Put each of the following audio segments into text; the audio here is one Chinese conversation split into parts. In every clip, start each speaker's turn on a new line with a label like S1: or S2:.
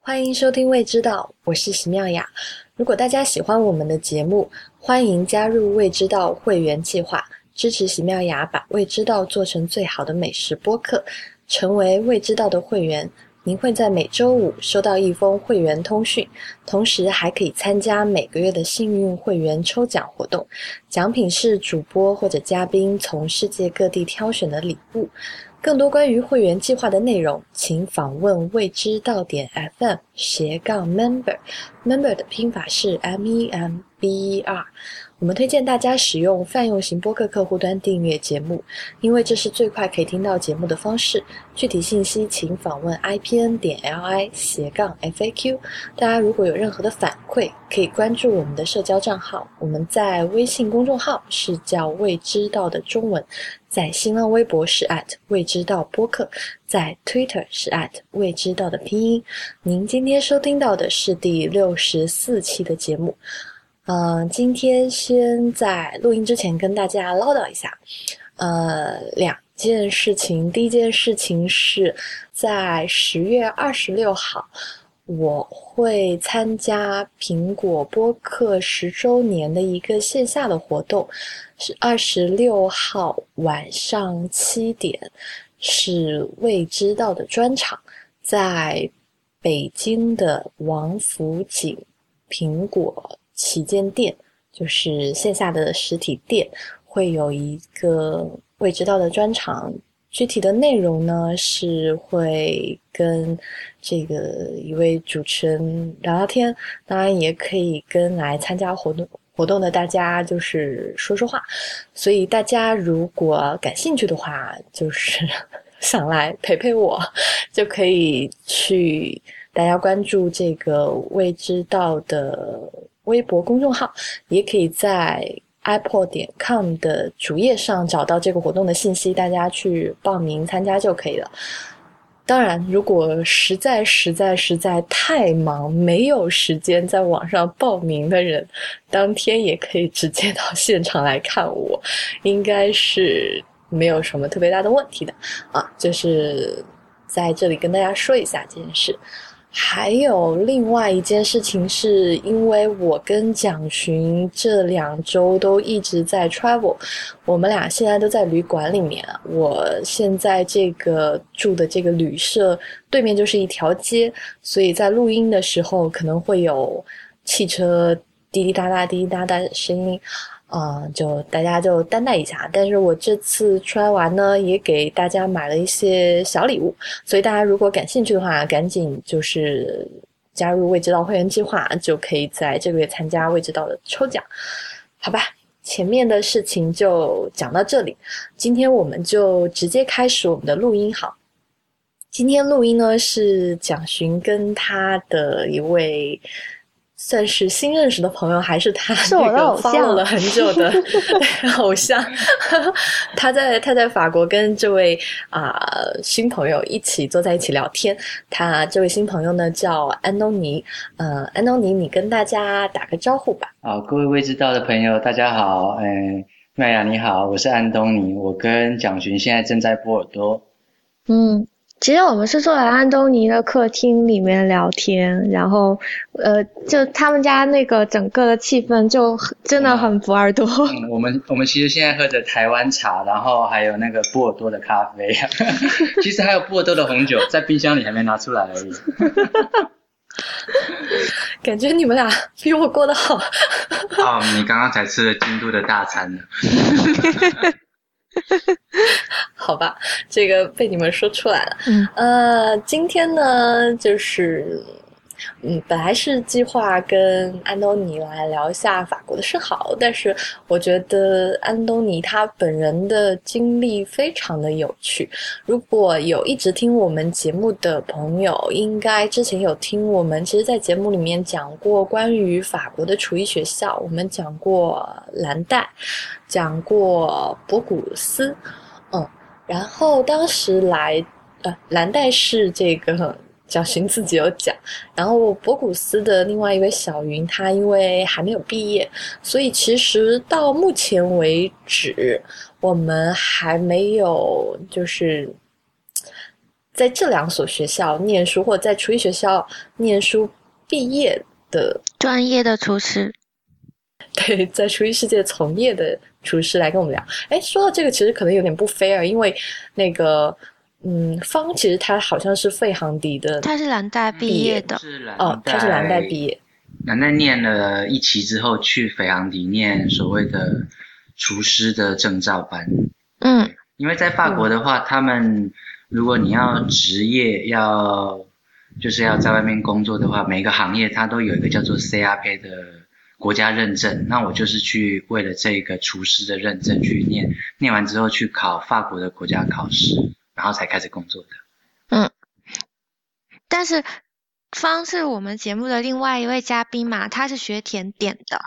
S1: 欢迎收听《未知道》，我是席妙雅。如果大家喜欢我们的节目，欢迎加入《未知道》会员计划，支持席妙雅把《未知道》做成最好的美食播客。成为《未知道》的会员，您会在每周五收到一封会员通讯，同时还可以参加每个月的幸运会员抽奖活动，奖品是主播或者嘉宾从世界各地挑选的礼物。更多关于会员计划的内容，请访问未知到点 FM 斜杠 member。member 的拼法是 M E M B E R。我们推荐大家使用泛用型播客客户端订阅节目，因为这是最快可以听到节目的方式。具体信息请访问 IPN 点 LI 斜杠 FAQ。大家如果有任何的反馈，可以关注我们的社交账号。我们在微信公众号是叫“未知道的中文”。在新浪微博是未知道播客，在 Twitter 是未知道的拼音。您今天收听到的是第六十四期的节目。嗯、呃，今天先在录音之前跟大家唠叨一下，呃，两件事情。第一件事情是在十月二十六号，我会参加苹果播客十周年的一个线下的活动。是二十六号晚上七点，是未知道的专场，在北京的王府井苹果旗舰店，就是线下的实体店，会有一个未知道的专场。具体的内容呢，是会跟这个一位主持人聊聊天，当然也可以跟来参加活动活动的大家就是说说话，所以大家如果感兴趣的话，就是 想来陪陪我，就可以去大家关注这个未知道的微博公众号，也可以在 apple 点 com 的主页上找到这个活动的信息，大家去报名参加就可以了。当然，如果实在实在实在太忙，没有时间在网上报名的人，当天也可以直接到现场来看我，应该是没有什么特别大的问题的啊。就是在这里跟大家说一下这件事。还有另外一件事情，是因为我跟蒋寻这两周都一直在 travel，我们俩现在都在旅馆里面。啊我现在这个住的这个旅社对面就是一条街，所以在录音的时候可能会有汽车滴滴答答、滴滴答答的声音，嗯、就大家就担待一下。但是我这次出来玩呢，也给大家买了一些小礼物，所以大家如果感兴趣的话，赶紧就是加入未知道会员计划，就可以在这个月参加未知道的抽奖，好吧？前面的事情就讲到这里，今天我们就直接开始我们的录音好。今天录音呢是蒋寻跟他的一位算是新认识的朋友，还是他
S2: 是我的
S1: 那个
S2: 偶像
S1: follow 了很久 的偶像。 他在他在法国跟这位啊、新朋友一起坐在一起聊天。他这位新朋友呢叫安东尼，呃，安东尼，你跟大家打个招呼吧。
S3: 好，各位未知道的朋友，大家好，嗯，妙雅你好，我是安东尼，我跟蒋寻现在正在波尔多。
S2: 嗯，其实我们是坐在安东尼的客厅里面聊天，然后呃，就他们家那个整个的气氛就很真的很博尔多。
S3: 嗯，我们我们其实现在喝着台湾茶，然后还有那个波尔多的咖啡，啊 其实还有波尔多的红酒，在冰箱里还没拿出来而 已。
S1: 感觉你们俩比我过得好。
S3: 啊，你刚刚才吃了京都的大餐呢。
S1: 好吧，这个被你们说出来了。
S2: 嗯
S1: 呃，今天呢，就是嗯，本来是计划跟安东尼来聊一下法国的生蚝，但是我觉得安东尼他本人的经历非常的有趣。如果有一直听我们节目的朋友，应该之前有听我们，其实，在节目里面讲过关于法国的厨艺学校，我们讲过蓝带，讲过博古斯。嗯然后当时来，呃，蓝带是这个蒋勋自己有讲，然后博古斯的另外一位小云，她因为还没有毕业，所以其实到目前为止，我们还没有就是在这两所学校念书，或者在厨艺学校念书毕业 的，
S4: 专业的厨师，
S1: 对，在厨艺世界从业的厨师来跟我们聊。哎，说到这个，其实可能有点不 fair，因为那个，嗯，方其实他好像是费航迪的，
S4: 他是蓝带毕业的，
S3: 是
S1: 哦，他是蓝带毕业，
S3: 南代念了一期之后，去斐航迪念所谓的厨师的证照班。
S4: 嗯，
S3: 因为在法国的话，他们如果你要职业要就是要在外面工作的话，每个行业它都有一个叫做 CRP 的国家认证。那我就是去为了这个厨师的认证去念，念完之后去考法国的国家考试，然后才开始工作的。
S4: 但是方是我们节目的另外一位嘉宾嘛，他是学甜点的，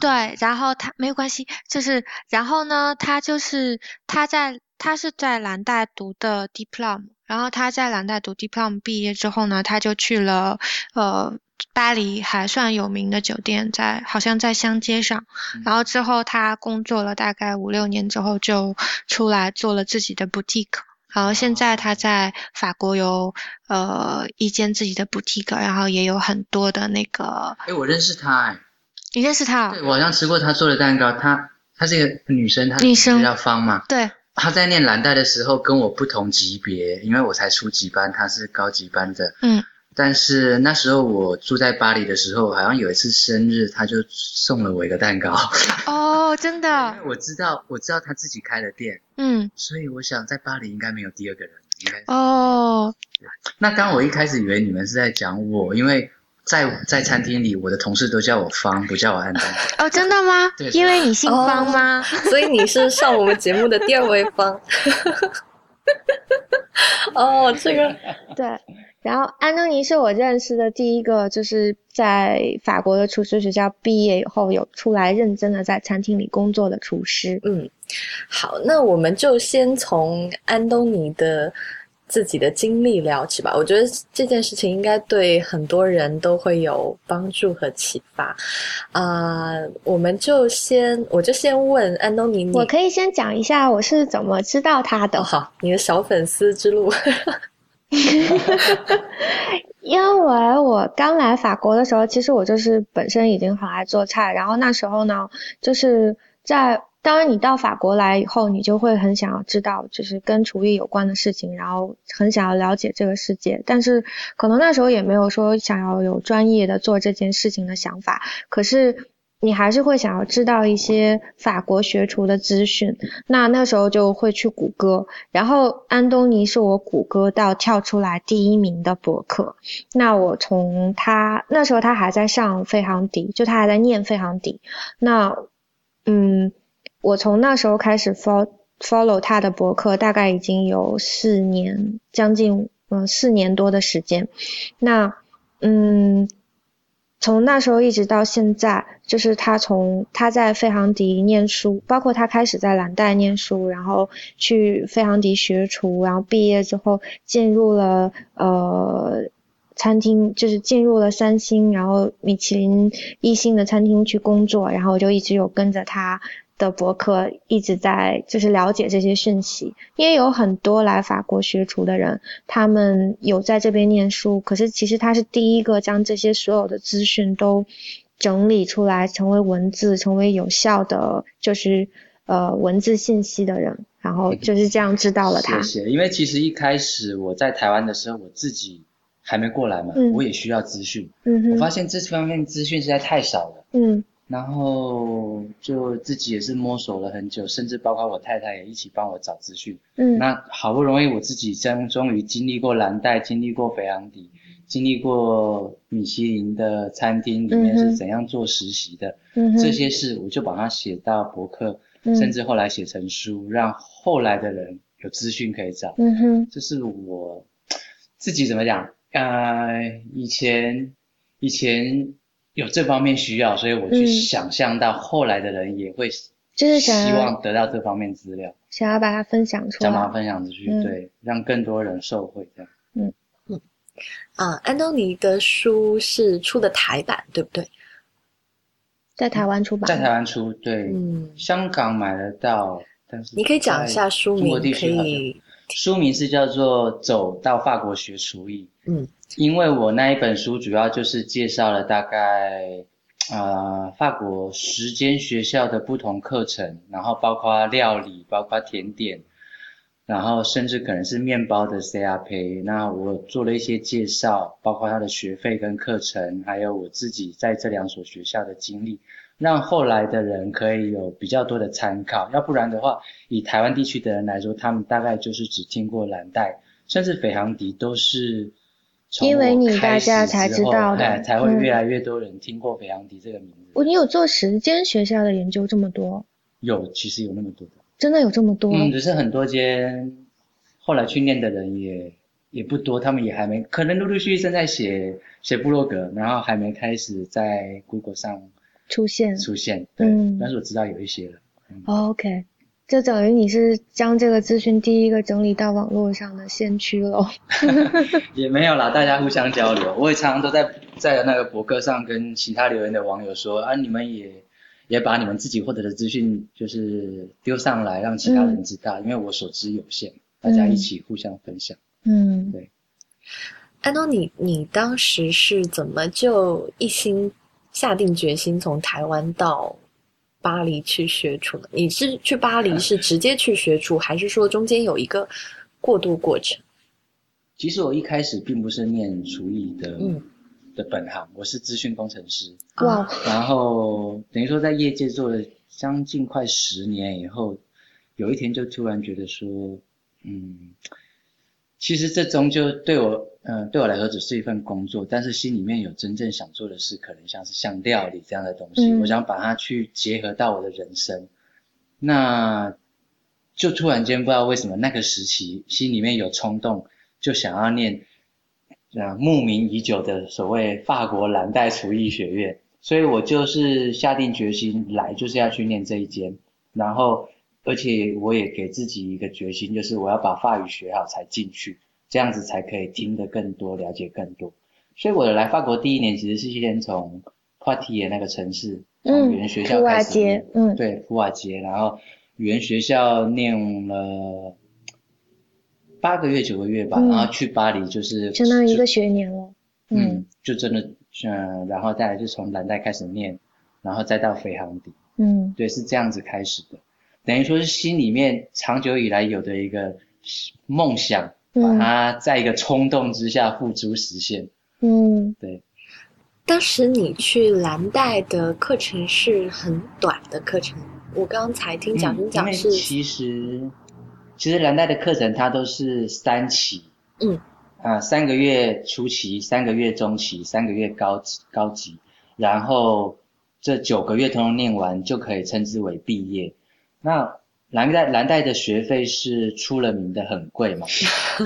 S4: 对，然后他没有关系，就是然后呢，他就是他在他是在蓝带读的 diplom，然后他在蓝带读 diplom 毕业之后呢，他就去了呃巴黎还算有名的酒店，在好像在香街上，然后之后他工作了大概五六年之后就出来做了自己的 boutique。然后现在他在法国有呃一间自己的 boutique，然后也有很多的那个，
S3: 哎，我认识他哎。
S4: 你认识他
S3: 对，
S4: 哦？
S3: 我好像吃过她做的蛋糕，她她是一个女生，她
S4: 女生
S3: 叫方嘛。
S4: 对，
S3: 她在念蓝带的时候跟我不同级别，因为我才初级班，她是高级班的。
S4: 嗯。
S3: 但是那时候我住在巴黎的时候，好像有一次生日，她就送了我一个蛋糕。
S2: 啊
S4: 哦，真的
S3: 因， 为我知道，我知道她自己开了店，
S4: 嗯，
S3: 所以我想在巴黎应该没有第二个人。应该。
S4: 哦，
S3: 那刚我一开始以为你们是在讲我，因为在在餐厅里，我的同事都叫我方，不叫我 安东。
S4: 哦，真的吗
S3: 对？
S4: 因为你姓
S1: 哦
S4: 方吗？
S1: 所以你是上我们节目的第二位方。哦，这个
S2: 对，然后安东尼是我认识的第一个，就是在法国的厨师学校毕业以后有出来认真的在餐厅里工作的厨师。
S1: 嗯，好，那我们就先从安东尼的自己的经历聊起吧。我觉得这件事情应该对很多人都会有帮助和启发。啊、我们就先，我就先问安东
S4: 嗯
S1: 尼你，
S2: 我可以先讲一下我是怎么知道他的
S1: 哦，，好，你的小粉丝之路，
S2: 因为我刚来法国的时候，其实我就是本身已经很爱做菜，然后那时候呢，就是在，当然你到法国来以后，你就会很想要知道就是跟厨艺有关的事情，然后很想要了解这个世界，但是可能那时候也没有说想要有专业的做这件事情的想法，可是。你还是会想要知道一些法国学厨的资讯，那那时候就会去谷歌，然后安东尼是我谷歌到跳出来第一名的博客，那我从他那时候他还在上费航迪，就他还在念费航迪。那嗯，我从那时候开始 follow follow 他的博客，大概已经有四年，将近嗯四年多的时间。那嗯，从那时候一直到现在，就是他从他在费航迪念书，包括他开始在蓝带念书，然后去费航迪学厨，然后毕业之后进入了呃餐厅，就是进入了三星，然后米其林一星的餐厅去工作，然后我就一直有跟着他的博客，一直在就是了解这些讯息，因为有很多来法国学厨的人，他们有在这边念书，可是其实他是第一个将这些所有的资讯都整理出来，成为文字，成为有效的就是呃文字信息的人，然后就是这样知道了他。
S3: 谢谢，因为其实一开始我在台湾的时候，我自己还没过来嘛，
S2: 嗯
S3: 我也需要资讯。
S2: 嗯
S3: 我发
S2: 哼，
S3: 现这方面资讯实在太少了，
S2: 嗯
S3: 然后就自己也是摸索了很久，甚至包括我太太也一起帮我找资讯。
S2: 嗯
S3: 那好不容易我自己将终于经历过蓝带，经历过肥昂迪，经历过米其林的餐厅里面
S2: 嗯
S3: 是
S2: 哼
S3: 怎样做实习的，
S2: 嗯哼，
S3: 这些事我就把它写到博客，
S2: 嗯
S3: 甚至后来写成书，让后来的人有资讯可以找。
S2: 嗯哼，
S3: 这是我自己怎么讲？呃，以前以前有这方面需要，所以我去
S2: 嗯
S3: 想象到后来的人也会
S2: 就是想
S3: 希
S2: 要
S3: 望得到这方面资料，
S2: 想要把它分享出
S3: 想把它
S2: 来。
S3: 分享出去，
S2: 嗯
S3: 对，让更多人受惠。这样
S1: 啊、安东尼的书是出的台版，对不对？
S2: 在台湾出版，
S3: 在台湾出，对，
S1: 嗯，
S3: 香港买得到，但是
S1: 你可以讲一下
S3: 在
S1: 书
S3: 中国
S1: 名，
S3: 地
S1: 可
S3: 区好像
S1: 以
S3: 书名是叫做《走到法国学厨艺》。
S1: 嗯，
S3: 因为我那一本书主要就是介绍了大概呃法国十间学校的不同课程，然后包括料理，包括甜点，然后甚至可能是面包的 CRP。那我做了一些介绍，包括它的学费跟课程，还有我自己在这两所学校的经历。让后来的人可以有比较多的参考，要不然的话，以台湾地区的人来说，他们大概就是只听过蓝带，甚至斐航迪都是从
S2: 因为你
S3: 我开
S2: 大
S3: 始
S2: 家才
S3: 之
S2: 知
S3: 后
S2: 道的
S3: 哎，才会
S2: 嗯
S3: 越来越多人听过斐航迪这个名字。
S2: 我你有做十间学校的研究这么多，
S3: 有，其实有那么多的，
S2: 真的有这么多？
S3: 嗯，只是很多间后来去念的人也也不多，他们也还没，可能陆陆续续正在写写部落格，然后还没开始在 Google 上
S2: 出现。
S3: 出现，对，
S2: 嗯
S3: 但是我知道有一些了。
S2: 哦 OK，这等于你是将这个资讯第一个整理到网络上的先驱 喽。
S3: 也没有啦，大家互相交流。我也常常都在在那个博客上跟其他留言的网友说啊，你们也也把你们自己获得的资讯就是丢上来，让其他人知道，因为我所知有限，大家一起互相分享。
S2: 嗯
S1: 安东尼，你当时是怎么就一心下定决心从台湾到巴黎去学厨呢？你是去巴
S3: 呃
S1: 黎是直接去学厨，还是说中间有一个过渡过程？
S3: 其实我一开始并不是念厨艺的、
S1: 嗯
S3: 的本行，我是资讯工程师。
S1: 啊
S2: 哇，
S3: 然后等于说在业界做了将近快十年以后，有一天就突然觉得说，嗯，其实这终究对我，嗯、对我来说只是一份工作，但是心里面有真正想做的事，可能像是像料理这样的东西，
S2: 嗯
S3: 我想把它去结合到我的人生。那就突然间不知道为什么那个时期心里面有冲动，就想要念啊，慕名已久的所谓法国蓝带厨艺学院，所以我就是下定决心来，就是要去念这一间，然后而且我也给自己一个决心，就是我要把法语学好才进去，这样子才可以听得更多，了解更多。所以我来法国第一年其实是先从帕提耶那个城市，
S2: 嗯
S3: 从语言学校
S2: 普瓦
S3: 开始念
S2: 街，嗯，
S3: 对，普瓦捷，然后语言学校念了八个月、九个月吧，
S2: 嗯
S3: 然后去巴黎就是
S2: 相当于一个
S3: 就
S2: 学年了。嗯
S3: 嗯，就真的嗯，然后再来就从蓝带开始念，然后再到飞航底，
S2: 嗯
S3: 对，是这样子开始的，等于说是心里面长久以来有的一个梦想，把
S2: 嗯
S3: 它在一个冲动之下付诸实现。
S2: 嗯，
S1: 当时你去蓝带的课程是很短的课程，我刚才听蒋勋
S3: 嗯，因
S1: 讲
S3: 为
S1: 是
S3: 其实其实蓝带的课程它都是三期，
S1: 嗯，
S3: 啊，三个月初期，三个月中期，三个月高级高级，然后这九个月通通念完就可以称之为毕业。那蓝带蓝带的学费是出了名的很贵 嘛，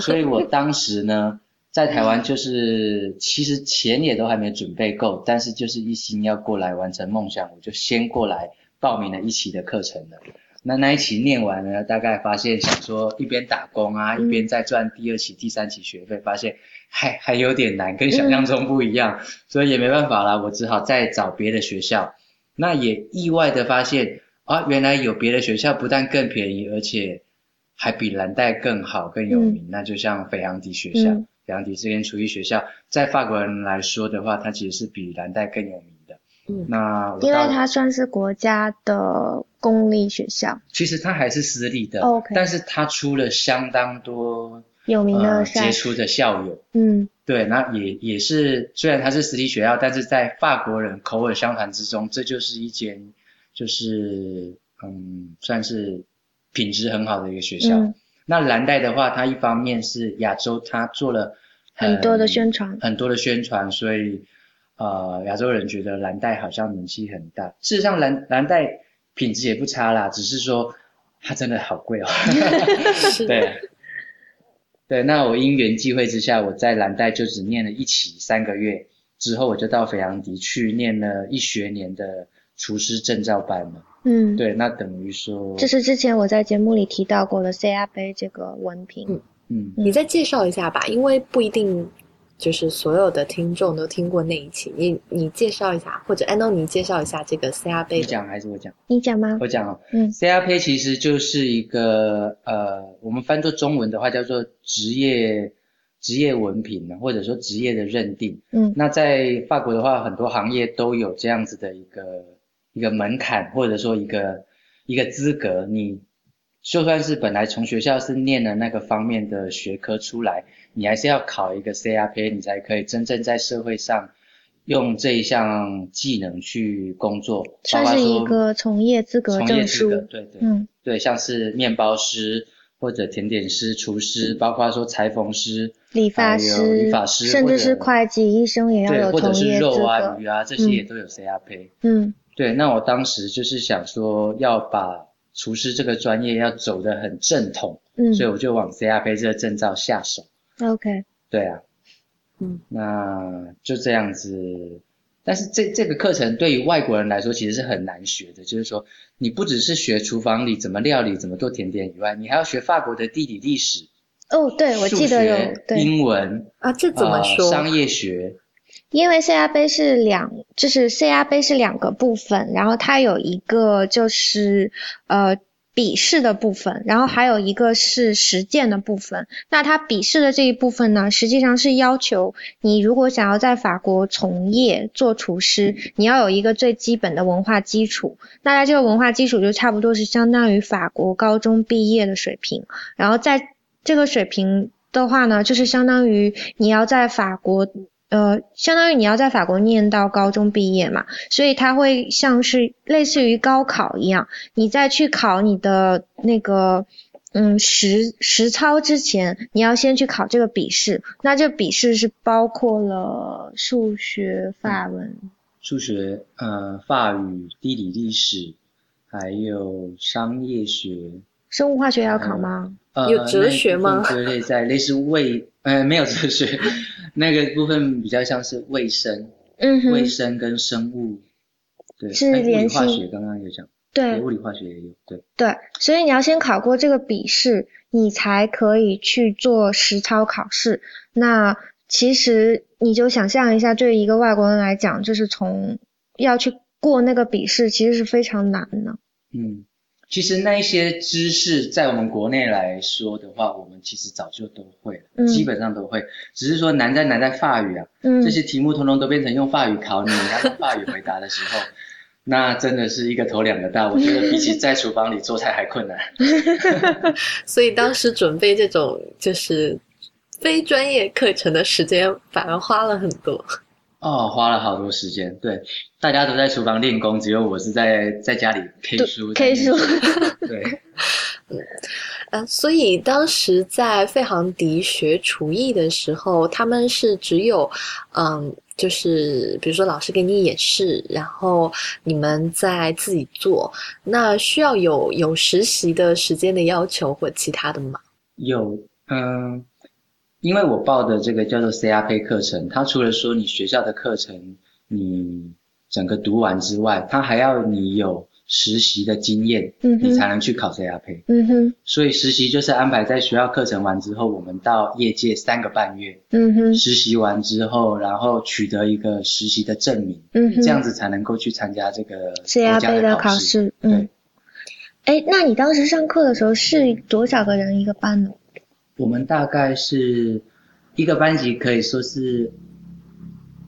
S3: 所以我当时呢。在台湾就是，其实钱也都还没准备够，但是就是一心要过来完成梦想，我就先过来报名了一期的课程了。那那一期念完呢，大概发现想说一边打工啊，
S2: 嗯
S3: 一边再赚第二期、第三期学费，发现 还还有点难，跟想象中不一样，
S2: 嗯
S3: 所以也没办法啦，我只好再找别的学校。那也意外的发现啊，原来有别的学校不但更便宜，而且还比蓝带更好、更有名。那就像斐扬迪学校，
S2: 嗯
S3: 斐扬迪这间厨艺学校，在法国人来说的话，它其实是比蓝带更有名的。
S1: 嗯
S3: 那我
S2: 因为
S3: 到
S2: 它算是国家的公立学校，
S3: 其实它还是私立的
S2: 哦 OK
S3: 但是它出了相当多
S2: 有名
S3: 呃
S2: 的校
S3: 杰。出的校友。
S2: 嗯
S3: 对，那也也是，虽然它是私立学校，但是在法国人口耳相传之中，这就是一间就是嗯，算是品质很好的一个学校。
S2: 嗯，
S3: 那蓝带的话，它一方面是亚洲，它做了
S2: 很多的宣传。
S3: 很多的宣传，所以呃，亚洲人觉得蓝带好像名气很大。事实上蓝，蓝带品质也不差啦，只是说它真的 好贵哦。
S1: 是
S3: 对， 对，那我因缘际会之下，我在蓝带就只念了一期三个月，之后我就到斐扬迪去念了一学年的厨师证照班了。
S2: 嗯，
S3: 对，那等于说，
S2: 这是之前我在节目里提到过的 CRB 这个文凭。
S1: 嗯
S3: 嗯，
S1: 你再介绍一下吧，因为不一定就是所有的听众都听过那一期。你你介绍一下，或者安东尼介绍一下这个 CR 杯
S3: 你
S1: 的
S3: 讲还是我讲？
S2: 你讲吗？
S3: 我讲哦。
S2: 嗯
S3: CRP 其实就是一个呃，我们翻作中文的话叫做职业职业文凭呢，或者说职业的认定。
S2: 嗯
S3: 那在法国的话，很多行业都有这样子的一个一个门槛，或者说一个一个资格。你就算是本来从学校是念了那个方面的学科出来，你还是要考一个 CRP，你才可以真正在社会上用这一项技能去工作，包
S2: 算
S3: 括
S2: 是一
S3: 说
S2: 个从业资格
S3: 从业
S2: 证
S3: 资格
S2: 书。
S3: 对对。
S2: 嗯
S3: 对，像是面包师或者甜点师、厨
S2: 嗯
S3: 师，包括说裁缝师、
S2: 理发
S3: 还有
S2: 师，
S3: 理发师，
S2: 甚
S3: 或
S2: 至
S3: 者
S2: 是会计、医生也要
S3: 对，
S2: 有
S3: 或者
S2: 从
S3: 是
S2: 业资
S3: 肉啊、
S2: 格。
S3: 鱼啊，这些也
S2: 嗯
S3: 都有 CRP。
S2: 嗯
S3: 对，那我当时就是想说要把厨师这个专业要走得很正统，
S2: 嗯
S3: 所以我就往 CRP 这个证照下手。
S2: ，OK，
S3: 对啊，
S1: 嗯，
S3: 那就这样子。但是这这个课程对于外国人来说其实是很难学的，就是说你不只是学厨房里怎么料理、怎么做甜点以外，你还要学法国的地理历史、
S2: 哦，对，我
S3: 数
S2: 记得有
S3: 学、
S2: 对，
S3: 英文、
S1: 啊，这怎么
S3: 呃
S1: 说？
S3: 商业学，
S2: 因为 CR 杯是两，就是 CR 杯是两个部分，然后它有一个就是呃笔试的部分，然后还有一个是实践的部分。那它笔试的这一部分呢，实际上是要求你如果想要在法国从业做厨师，你要有一个最基本的文化基础。那它这个文化基础就差不多是相当于法国高中毕业的水平。然后在这个水平的话呢，就是相当于你要在法国，呃，相当于你要在法国念到高中毕业嘛，所以它会像是类似于高考一样，你再去考你的那个。嗯，实实操之前，你要先去考这个笔试。那这笔试是包括了数学、法文，
S3: 数学、呃，法语、地理历史，还有商业学，
S2: 生物化学要考吗？
S3: 呃，
S1: 有哲
S3: 那一
S1: 学
S3: 部分
S1: 吗
S3: 归类在类似卫，呃，没有哲学， 那个部分比较像是卫生，
S2: 嗯哼
S3: 卫，生跟生物，对，
S2: 是
S3: 哎物理
S2: 联
S3: 化
S2: 系
S3: 学刚刚有讲，
S2: 对，
S3: 物理化学也有，对，
S2: 对，所以你要先考过这个笔试，你才可以去做实操考试。那其实你就想象一下，对于一个外国人来讲，就是从要去过那个笔试，其实是非常难的。
S3: 嗯，其实那一些知识在我们国内来说的话，我们其实早就都会了，
S2: 嗯
S3: 基本上都会，只是说难在难在法语啊，
S2: 嗯
S3: 这，些题目通通都变成用法语考你，你要用法语回答的时候， 那真的是一个头两个大，我觉得比起在厨房里做菜还困难。
S1: 所以当时准备这种就是非专业课程的时间反而花了很多。
S3: 哦，花了好多时间，对，大家都在厨房练功，只有我是在在家里 K
S2: 对
S3: 书在
S2: 可以
S3: 念
S2: 说，
S3: 对。
S1: 呃，所以当时在费杭迪学厨艺的时候，他们是只有，嗯，就是比如说老师给你演示，然后你们再自己做。那需要有有实习的时间的要求或其他的吗？
S3: 有，嗯，因为我报的这个叫做 CRP 课程，它除了说你学校的课程你整个读完之外，它还要你有实习的经验，
S2: 嗯
S3: 你才
S2: 哼，
S3: 能去考 CRP。
S2: 嗯哼，
S3: 所以实习就是安排在学校课程完之后，我们到业界三个半月，
S2: 嗯哼，
S3: 实习完之后，然后取得一个实习的证明，
S2: 嗯哼
S3: 这样子才能够去参加这个国
S2: CR
S3: 家
S2: 杯
S3: 的
S2: 的
S3: 考
S2: 考
S3: 试。
S2: 试，嗯。哎，那你当时上课的时候是多少个人一个班呢？
S3: 我们大概是一个班级可以说是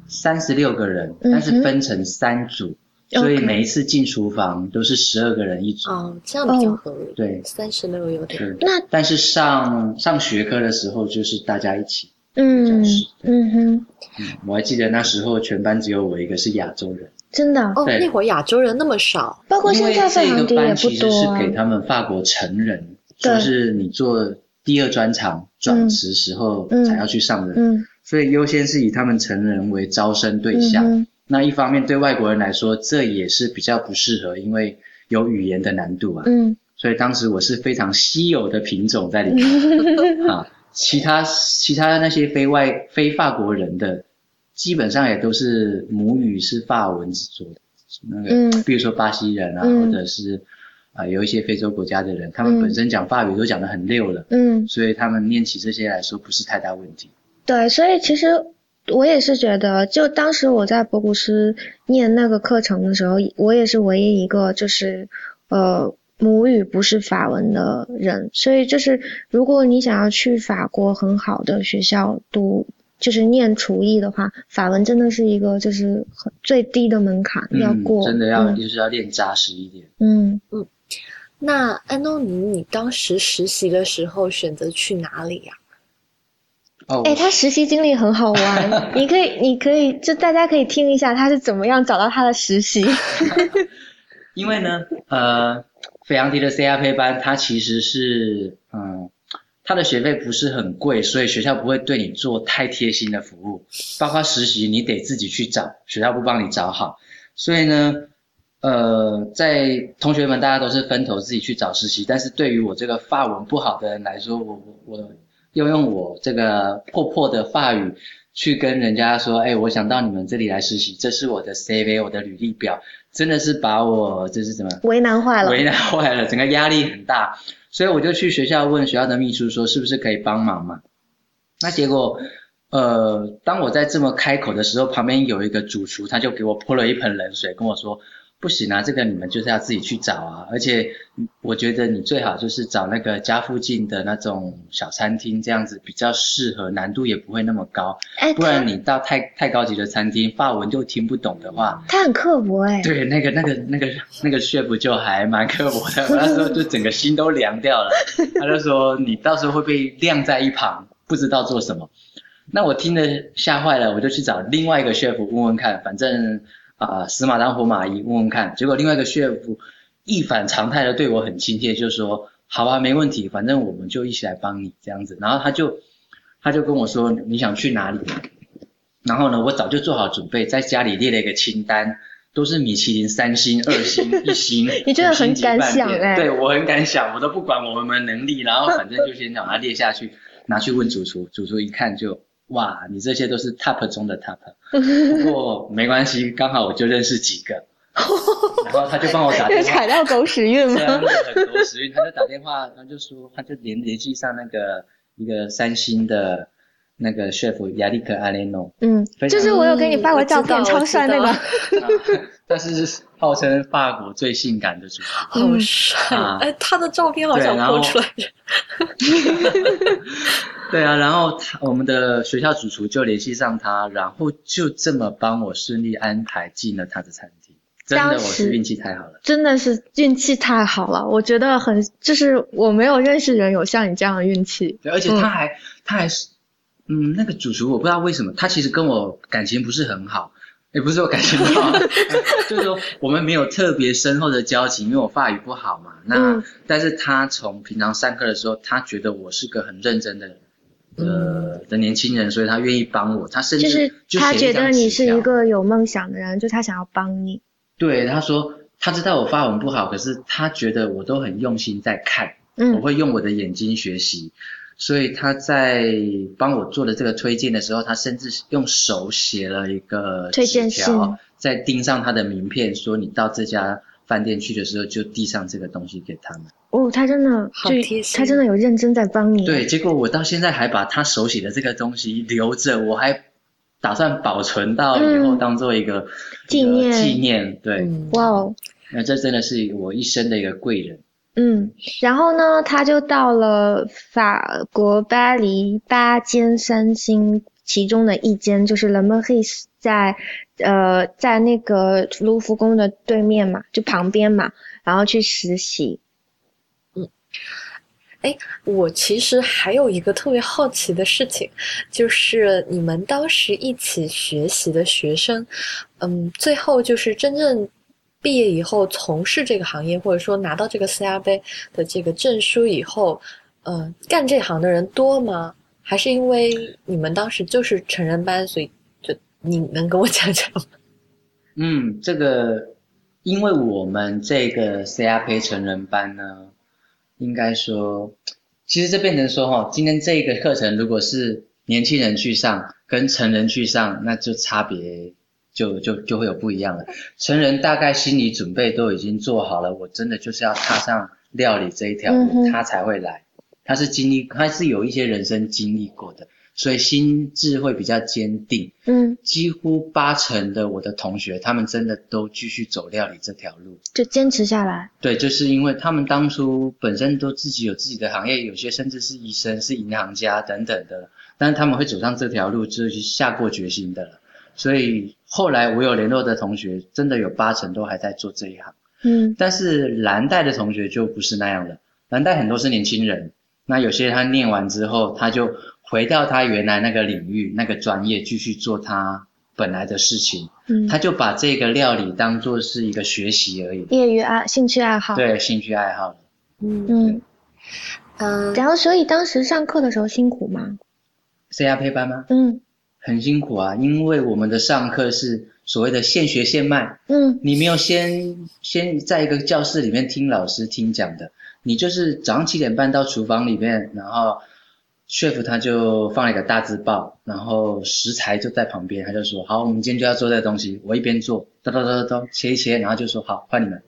S3: 三十六个人，
S2: 嗯哼
S3: 但是分成三组，
S2: OK
S3: 所以每一次进厨房都是十二个人一组。
S1: 哦，这样比较
S2: 哦
S1: 合理。
S3: 对，
S1: 三十六有点。
S3: 是。
S2: 那
S3: 但是上上学科的时候就是大家一起。
S2: 嗯
S3: 是
S2: 嗯哼，
S3: 嗯我还记得那时候全班只有我一个是亚洲人，
S2: 真的，啊
S1: 哦，
S3: 对
S1: 那会儿亚洲人那么少，
S2: 包括
S3: 因
S2: 现
S3: 为
S2: 在费
S3: 这
S2: 杭
S3: 个
S2: 迪也
S3: 班
S2: 不
S3: 其实
S2: 多
S3: 是
S2: 啊。
S3: 给他们法国成人，
S2: 对
S3: 就是你做第二专长转
S2: 嗯
S3: 职时候
S2: 嗯
S3: 才要去上的，
S2: 嗯
S3: 所以优先是以他们成人为招生对
S2: 嗯
S3: 象。
S2: 哼。
S3: 那一方面对外国人来说，这也是比较不适合，因为有语言的难度啊。
S2: 嗯
S3: 所以当时我是非常稀有的品种在里 面啊，其他其他那些非外非法国人的，基本上也都是母语是法文所那个，
S2: 嗯
S3: 比如说巴西人啊，
S2: 嗯
S3: 或者是啊、呃有一些非洲国家的人，他们
S2: 嗯
S3: 本身讲法语都讲得很溜了，
S2: 嗯，
S3: 所以他们念起这些来说不是太大问题。
S2: 对，所以其实我也是觉得，就当时我在博古斯念那个课程的时候，我也是唯一一个就是呃母语不是法文的人，所以就是如果你想要去法国很好的学校读，就是念厨艺的话，法文真的是一个就是很最低的门槛要过，
S3: 真的要、
S2: 嗯
S3: 就是要练扎实一点。
S2: 嗯
S1: 那安东尼，你当时实习的时候选择去哪里呀、
S3: 哦，
S2: 哎，他实习经历很好 玩，你可以，你可以，就大家可以听一下他是怎么样找到他的实习。
S3: 因为呢，呃，飞扬迪的 CRP 班，它其实是，嗯，它的学费不是很贵，所以学校不会对你做太贴心的服务，包括实习你得自己去找，学校不帮你找好。所以呢，呃，在同学们大家都是分头自己去找实习，但是对于我这个法文不好的人来说，我我我要用我这个破破的法语去跟人家说，哎，我想到你们这里来实习，这是我的 CV，我的履历表，真的是把我这是怎么
S2: 为难坏了。
S3: 为难坏了，整 个压力很大，所以我就去学校问学校的秘书说是不是可以帮忙嘛？那结果，呃，当我在这么开口的时候，旁边有一个主厨，他就给我泼了一盆冷水，跟我说不行啊，这个你们就是要自己去找啊，而且我觉得你最好就是找那个家附近的那种小餐厅，这样子比较适合，难度也不会那么高，
S2: 哎，
S3: 不然
S2: 他
S3: 你到太太高级的餐厅，法文就听不懂的话，
S2: 他很刻薄哎、
S3: 对，那个、那个、那个、那个 chef 就还蛮刻薄的，我那时候就整个心都凉掉了。他就说你到时候会被晾在一旁，不知道做什么。那我听得吓坏了，我就去找另外一个 chef 问问看，反正啊、死马当活马医问问看。结果另外一个 chef 一反常态的对我很亲切，就说好啊，没问题，反正我们就一起来帮你这样子。然后他就他就跟我说你想去哪里，然后呢，我早就做好准备，在家里列了一个清单，都是米其林三星、二星、一星，
S2: 你真的
S3: 五星
S2: 很
S3: 级
S2: 敢
S3: 饭
S2: 想
S3: 店
S2: 哎
S3: 对我很敢想，我都不管我们能力，然后反正就先把它列下去，拿去问主厨，主厨一看就。哇，你这些都是 top 中的 top，不过没关系，刚好我就认识几 个，然后他就帮我打电
S2: 又
S3: 话，
S2: 踩到狗屎运
S3: 对
S2: 吗？
S3: 啊，那个很多时运，他就打电话，他就说，他就连联系上那个一个三星的那个 chef 亚历克阿雷诺，
S2: 嗯，
S3: 非
S2: 就
S3: 常
S2: 是我有给你发过照片，
S1: 嗯我知道
S2: 超帅那
S1: 我
S2: 个
S1: 知。
S3: 啊他是号称法国最性感的主厨。
S1: 好帅！
S3: 啊
S1: 哎、他的照片好想
S3: 对然后
S1: 播出来。
S3: 对啊，然后他我们的学校主厨就联系上他，然后就这么帮我顺利安排进了他的餐厅。真的，
S2: 当
S3: 我
S2: 时
S3: 是运气太好了。
S2: 真的是运气太好了，我觉得很，就是我没有认识人有像你这样的运气。
S3: 对，而且他还、他还是，嗯，那个主厨我不知道为什么，他其实跟我感情不是很好，也不是说感情不 好，哎就是说我们没有特别深厚的交情，因为我法语不好嘛。那、
S2: 嗯
S3: 但是他从平常上课的时候，他觉得我是个很认真的人。呃的年轻人，所以他愿意帮我，他甚
S2: 嗯就
S3: 至
S2: 是
S3: 就
S2: 他
S3: 写
S2: 觉
S3: 一张
S2: 得你
S3: 纸
S2: 是
S3: 条
S2: 一个有梦想的人，就他想要帮你。
S3: 对他说，他知道我发文不好，可是他觉得我都很用心在看，我
S2: 嗯
S3: 会用我的眼睛学习，所以他在帮我做的这个推荐的时候，他甚至用手写了一个
S2: 推荐
S3: 纸
S2: 信
S3: 条，再钉上他的名片，说你到这家饭店去的时候就递上这个东西给他们。
S2: 哦，他真的
S1: 好
S2: 就
S1: 贴心
S2: 他真的有认真在帮你。
S3: 对，结果我到现在还把他手写的这个东西留着，我还打算保存到以后
S2: 嗯
S3: 当做一个
S2: 纪
S3: 呃
S2: 念
S3: 纪念。对，
S1: 嗯，
S2: 哇哦，
S3: 那这真的是我一生的一个贵人。
S2: 嗯，然后呢，他就到了法国巴黎八间三星，其中的一间就是 Le m a r i s 在呃在那个卢浮宫的对面嘛，就旁边嘛，然后去实习。
S1: 我其实还有一个特别好奇的事情，就是你们当时一起学习的学生，嗯，最后就是真正毕业以后从事这个行业，或者说拿到这个 CRB 的这个证书以后，嗯，干这行的人多吗？还是因为你们当时就是成人班，所以就你能跟我讲讲吗？
S3: 嗯，这个，因为我们这个 CRP 成人班呢，应该说，其实这变成说哈，今天这个课程如果是年轻人去上，跟成人去上，那就差别就就就会有不一样了。成人大概心理准备都已经做好了，我真的就是要踏上料理这一条
S2: 嗯
S3: 路，
S2: 哼
S3: 他才会来。他是经历，他是有一些人生经历过的，所以心智会比较坚定。
S2: 嗯，
S3: 几乎八成的我的同学，他们真的都继续走料理这条路。
S2: 就坚持下来。
S3: 对，就是因为他们当初本身都自己有自己的行业，有些甚至是医生、是银行家等等的，但是他们会走上这条路，就是下过决心的了。所以后来我有联络的同学，真的有八成都还在做这一行。
S2: 嗯
S3: 但是蓝带的同学就不是那样了，蓝带很多是年轻人，那有些他念完之后，他就回到他原来那个领域、那个专业，继续做他本来的事情，
S2: 嗯，
S3: 他就把这个料理当做是一个学习而已，
S2: 业余爱兴趣爱好。，
S3: 对兴趣爱好。
S1: 嗯
S2: 嗯，
S1: 嗯，
S2: 然后所以当时上课的时候辛苦吗？
S3: C R 配班吗？
S2: 嗯
S3: 很辛苦啊，因为我们的上课是所谓的现学现卖，
S2: 嗯
S3: 你没有先先在一个教室里面听老师听讲的，你就是早上七点半到厨房里面，然后 chef 他就放了一个大字报，然后食材就在旁边，他就说好，我们今天就要做这个东西，我一边做，咚咚咚咚咚切一切，然后就说好，换你们，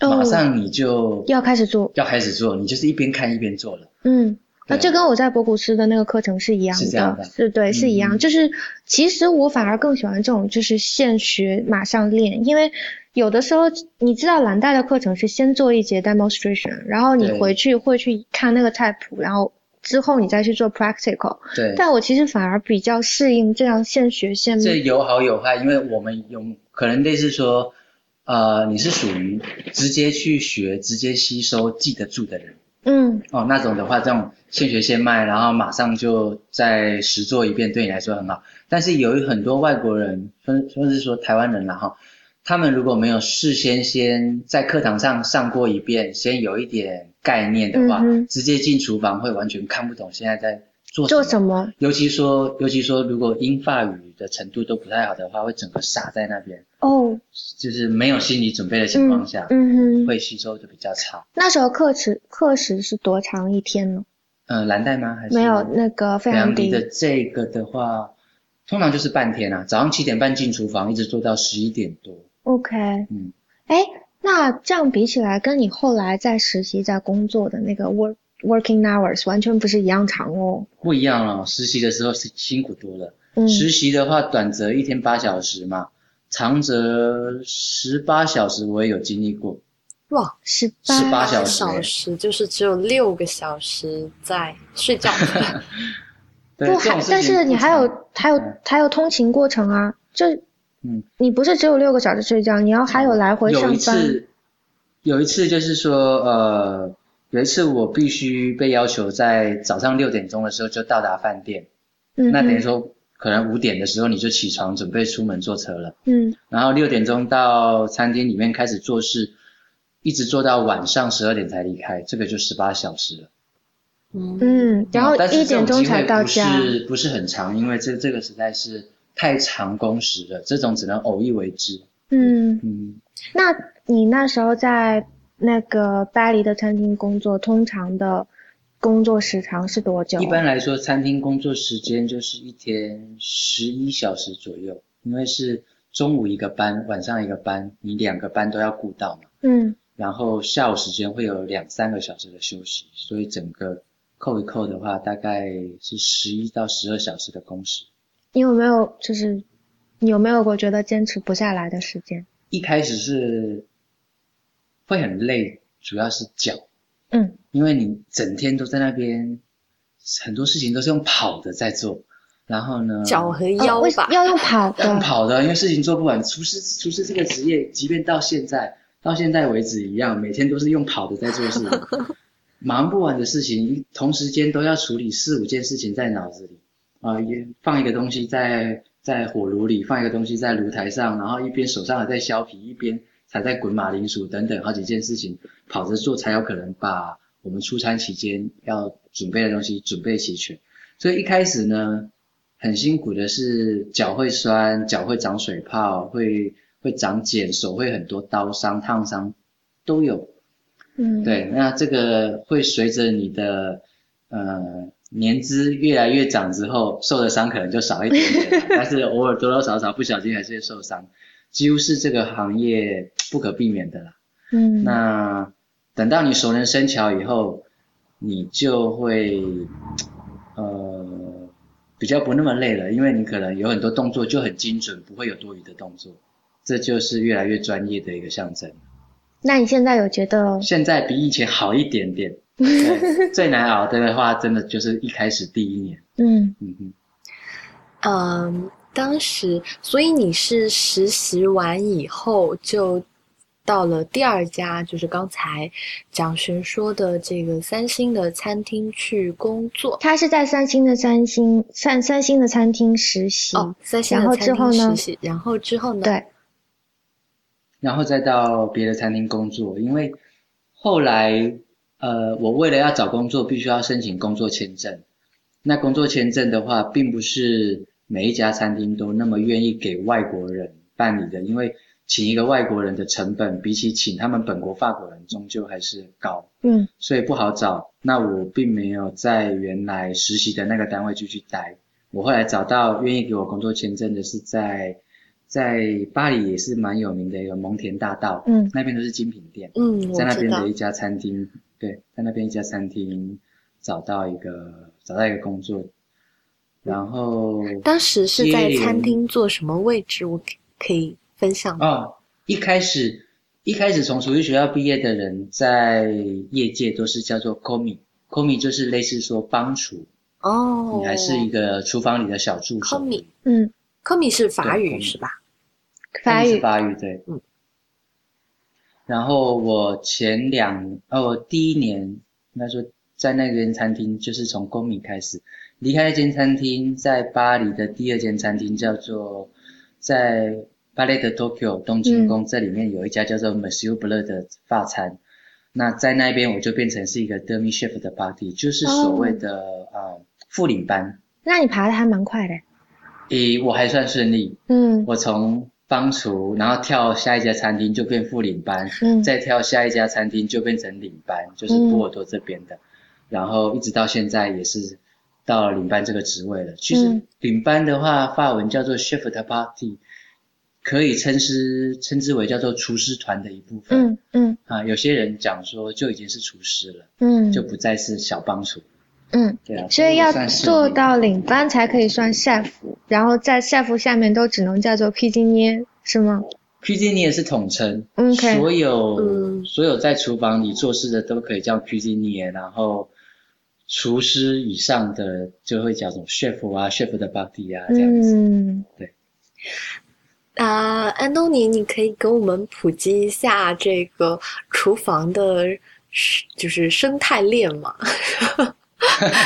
S2: 哦
S3: 马上你就
S2: 要开始做。
S3: 要开始做，你就是一边看一边做了，
S2: 嗯。那
S3: 对
S2: 这跟我在博古斯的那个课程是一样
S3: 是这样的
S2: 是对，是一样。
S3: 嗯
S2: 就是其实我反而更喜欢这种，就是现学马上练，因为有的时候你知道蓝带的课程是先做一节 demonstration，然后你
S3: 对
S2: 回去会去看那个菜谱，然后之后你再去做 practical。
S3: 对，
S2: 但我其实反而比较适应这样现学现
S3: 这
S2: 卖。
S3: 有好有坏，因为我们有可能类似说，呃，你是属于直接去学、直接吸收、记得住的人。
S2: 嗯
S3: 哦，那种的话，这种现学现卖，然后马上就再实做一遍，对你来说很好。但是有很多外国人，甚甚至说台湾人啦哈，他们如果没有事先先在课堂上上过一遍，先有一点概念的话，
S2: 嗯哼
S3: 直接进厨房会完全看不懂现在在做
S2: 做什么？
S3: 尤其说，尤其说，如果英法语的程度都不太好的话，会整个傻在那边，
S2: 哦，
S3: 就是没有心理准备的情况下，
S2: 嗯哼，
S3: 会吸收的比较差。
S2: 那时候课时课时是多长一天呢？
S3: 嗯，蓝带吗？还是
S2: 没有那个非常
S3: 低
S2: 低，
S3: 的这个的话，通常就是半天啊，早上七点半进厨房，一直做到十一点多。
S2: OK，
S3: 嗯，
S2: 哎，那这样比起来，跟你后来在实习、在工作的那个 work working hours 完全不是一样长哦。
S3: 不一样了，实习的时候是辛苦多了。
S2: 嗯，
S3: 实习的话，短则一天八小时嘛，长则十八小时，我也有经历过。
S1: 哇，
S2: 十八，
S3: 18小时
S1: 小时就是只有六个小时在睡觉，
S3: 对，
S2: 不
S3: 这种
S2: 还，
S3: 事
S2: 但
S3: 情
S2: 是你
S3: 不
S2: 还
S3: 长
S2: 有还有
S3: 嗯
S2: 还有通勤过程啊，这，
S3: 嗯，
S2: 你不是只有六个小时睡觉，你要还有来回上
S3: 有一
S2: 班。
S3: 次，有一次就是说，呃，有一次我必须被要求在早上六点钟的时候就到达饭店，
S2: 嗯
S3: 那等于
S2: 哼，
S3: 说可能五点的时候你就起床准备出门坐车了，
S2: 嗯
S3: 然后六点钟到餐厅里面开始做事，一直做到晚上十二点才离开，这个就十八小时了。
S1: 嗯，
S2: 嗯，然后
S3: 但是
S2: 一点钟才到家。
S3: 这种机会不是不是很长，因为这这个实在是太长工时了，这种只能偶一为之。
S2: 嗯，
S3: 嗯，
S2: 那你那时候在那个巴黎的餐厅工作，通常的工作时长是多久？
S3: 一般来说，餐厅工作时间就是一天十一小时左右，因为是中午一个班，晚上一个班，你两个班都要顾到嘛。
S2: 嗯
S3: 然后下午时间会有两三个小时的休息，所以整个扣一扣的话，大概是十一到十二小时的工时。
S2: 你有没有就是你有没有过觉得坚持不下来的时间？
S3: 一开始是会很累，主要是脚，
S2: 嗯，
S3: 因为你整天都在那边，很多事情都是用跑的在做，然后呢，
S1: 脚和
S2: 哦
S1: 腰
S2: 为什
S1: 吧，
S2: 要用跑
S3: 要
S2: 的，
S3: 跑的，因为事情做不完。厨师，厨师这个职业，即便到现在，到现在为止一样，每天都是用跑的在做事情，忙不完的事情，同时间都要处理四五件事情在脑子里，啊、也放一个东西在在火炉里，放一个东西在炉台上，然后一边手上还在削皮，一边还在滚马铃薯等等好几件事情，跑着做才有可能把我们出餐期间要准备的东西准备齐全。所以一开始呢，很辛苦的是脚会酸，脚会长水泡，会会长茧，手会很多刀伤、烫伤都有。
S2: 嗯，
S3: 对，那这个会随着你的呃年资越来越长之后，受的伤可能就少一点点了，但是偶尔多多少少不小心还是会受伤，几乎是这个行业不可避免的啦。
S2: 嗯，
S3: 那等到你熟能生巧以后，你就会呃比较不那么累了，因为你可能有很多动作就很精准，不会有多余的动作，这就是越来越专业的一个象征。
S2: 那你现在有觉得
S3: 现在比以前好一点点，对最难熬的话，真的就是一开始第一年，
S2: 嗯
S3: 嗯哼，
S1: 嗯，当时，所以你是实习完以后就到了第二家，就是刚才蒋璇说的这个三星的餐厅去工作。
S2: 他是在三星的三星三三星的餐厅实习，
S1: 哦，三星
S2: 然
S1: 的
S2: 后
S1: 餐
S2: 之后
S1: 厅实
S2: 呢
S1: 习，然后之后呢？
S2: 对，
S3: 然后再到别的餐厅工作，因为后来呃，我为了要找工作，必须要申请工作签证。那工作签证的话，并不是每一家餐厅都那么愿意给外国人办理的，因为请一个外国人的成本，比起请他们本国法国人，终究还是高。
S2: 嗯
S3: 所以不好找。那我并没有在原来实习的那个单位继续待，我后来找到愿意给我工作签证的是在在巴黎也是蛮有名的一个蒙田大道，
S2: 嗯
S3: 那边都是精品店，
S1: 嗯，我
S3: 在那
S1: 知
S3: 边
S1: 道
S3: 的。一家餐厅，对，在那边一家餐厅找到一个找到一个工作，然后
S1: 当时是在
S3: 接
S1: 餐
S3: 连
S1: 厅做什么位置？我可可以分享吗？
S3: 哦，一开始一开始从厨艺学校毕业的人，在业界都是叫做 komi，komi 就是类似说帮厨。
S1: 哦，
S3: 你还是一个厨房里的小助手。
S1: 科米，
S2: 嗯，
S1: 科米是法
S3: 对
S1: 语
S3: 科米
S1: 是吧？
S2: 法
S3: 他们是
S2: 语，
S3: 发育对。
S1: 嗯
S3: 然后我前两哦，我第一年应该说在那间餐厅，就是从公米开始，离开那间餐厅，在巴黎的第二间餐厅叫做在巴黎的 Tokyo 东京宫，这里面有一家叫做 Monsieur Bleu 的法餐。那在那边我就变成是一个 demi chef 的 party，就是所谓的啊副领班。
S2: 那你爬的还蛮快的，
S3: 诶，我还算顺利，
S2: 嗯
S3: 我从帮厨，然后跳下一家餐厅就变副领班，
S2: 嗯
S3: 再跳下一家餐厅就变成领班，就是波尔多这边的。然后一直到现在也是到了领班这个职位了。其实
S2: 嗯
S3: 领班的话，法文叫做 chef de party，可以称之称之为叫做厨师团的一部分。
S2: 嗯嗯
S3: 啊，有些人讲说就已经是厨师了，
S2: 嗯
S3: 就不再是小帮厨。
S2: 嗯，
S3: 对啊，
S2: 所以
S3: 我
S2: 要
S3: 算是
S2: 做到领班才可以算 chef，然后在 chef 下面都只能叫做披巾捏，是吗？
S3: q d 你也是统称
S2: OK
S3: 所有、
S1: 嗯
S3: 所有在厨房里做事的都可以叫 q d 你，然后厨师以上的就会叫什么 chef 啊，chef 的 body 啊这样子。
S2: 嗯，
S1: 啊，安东尼，你可以给我们普及一下这个厨房的生，就是生态链吗？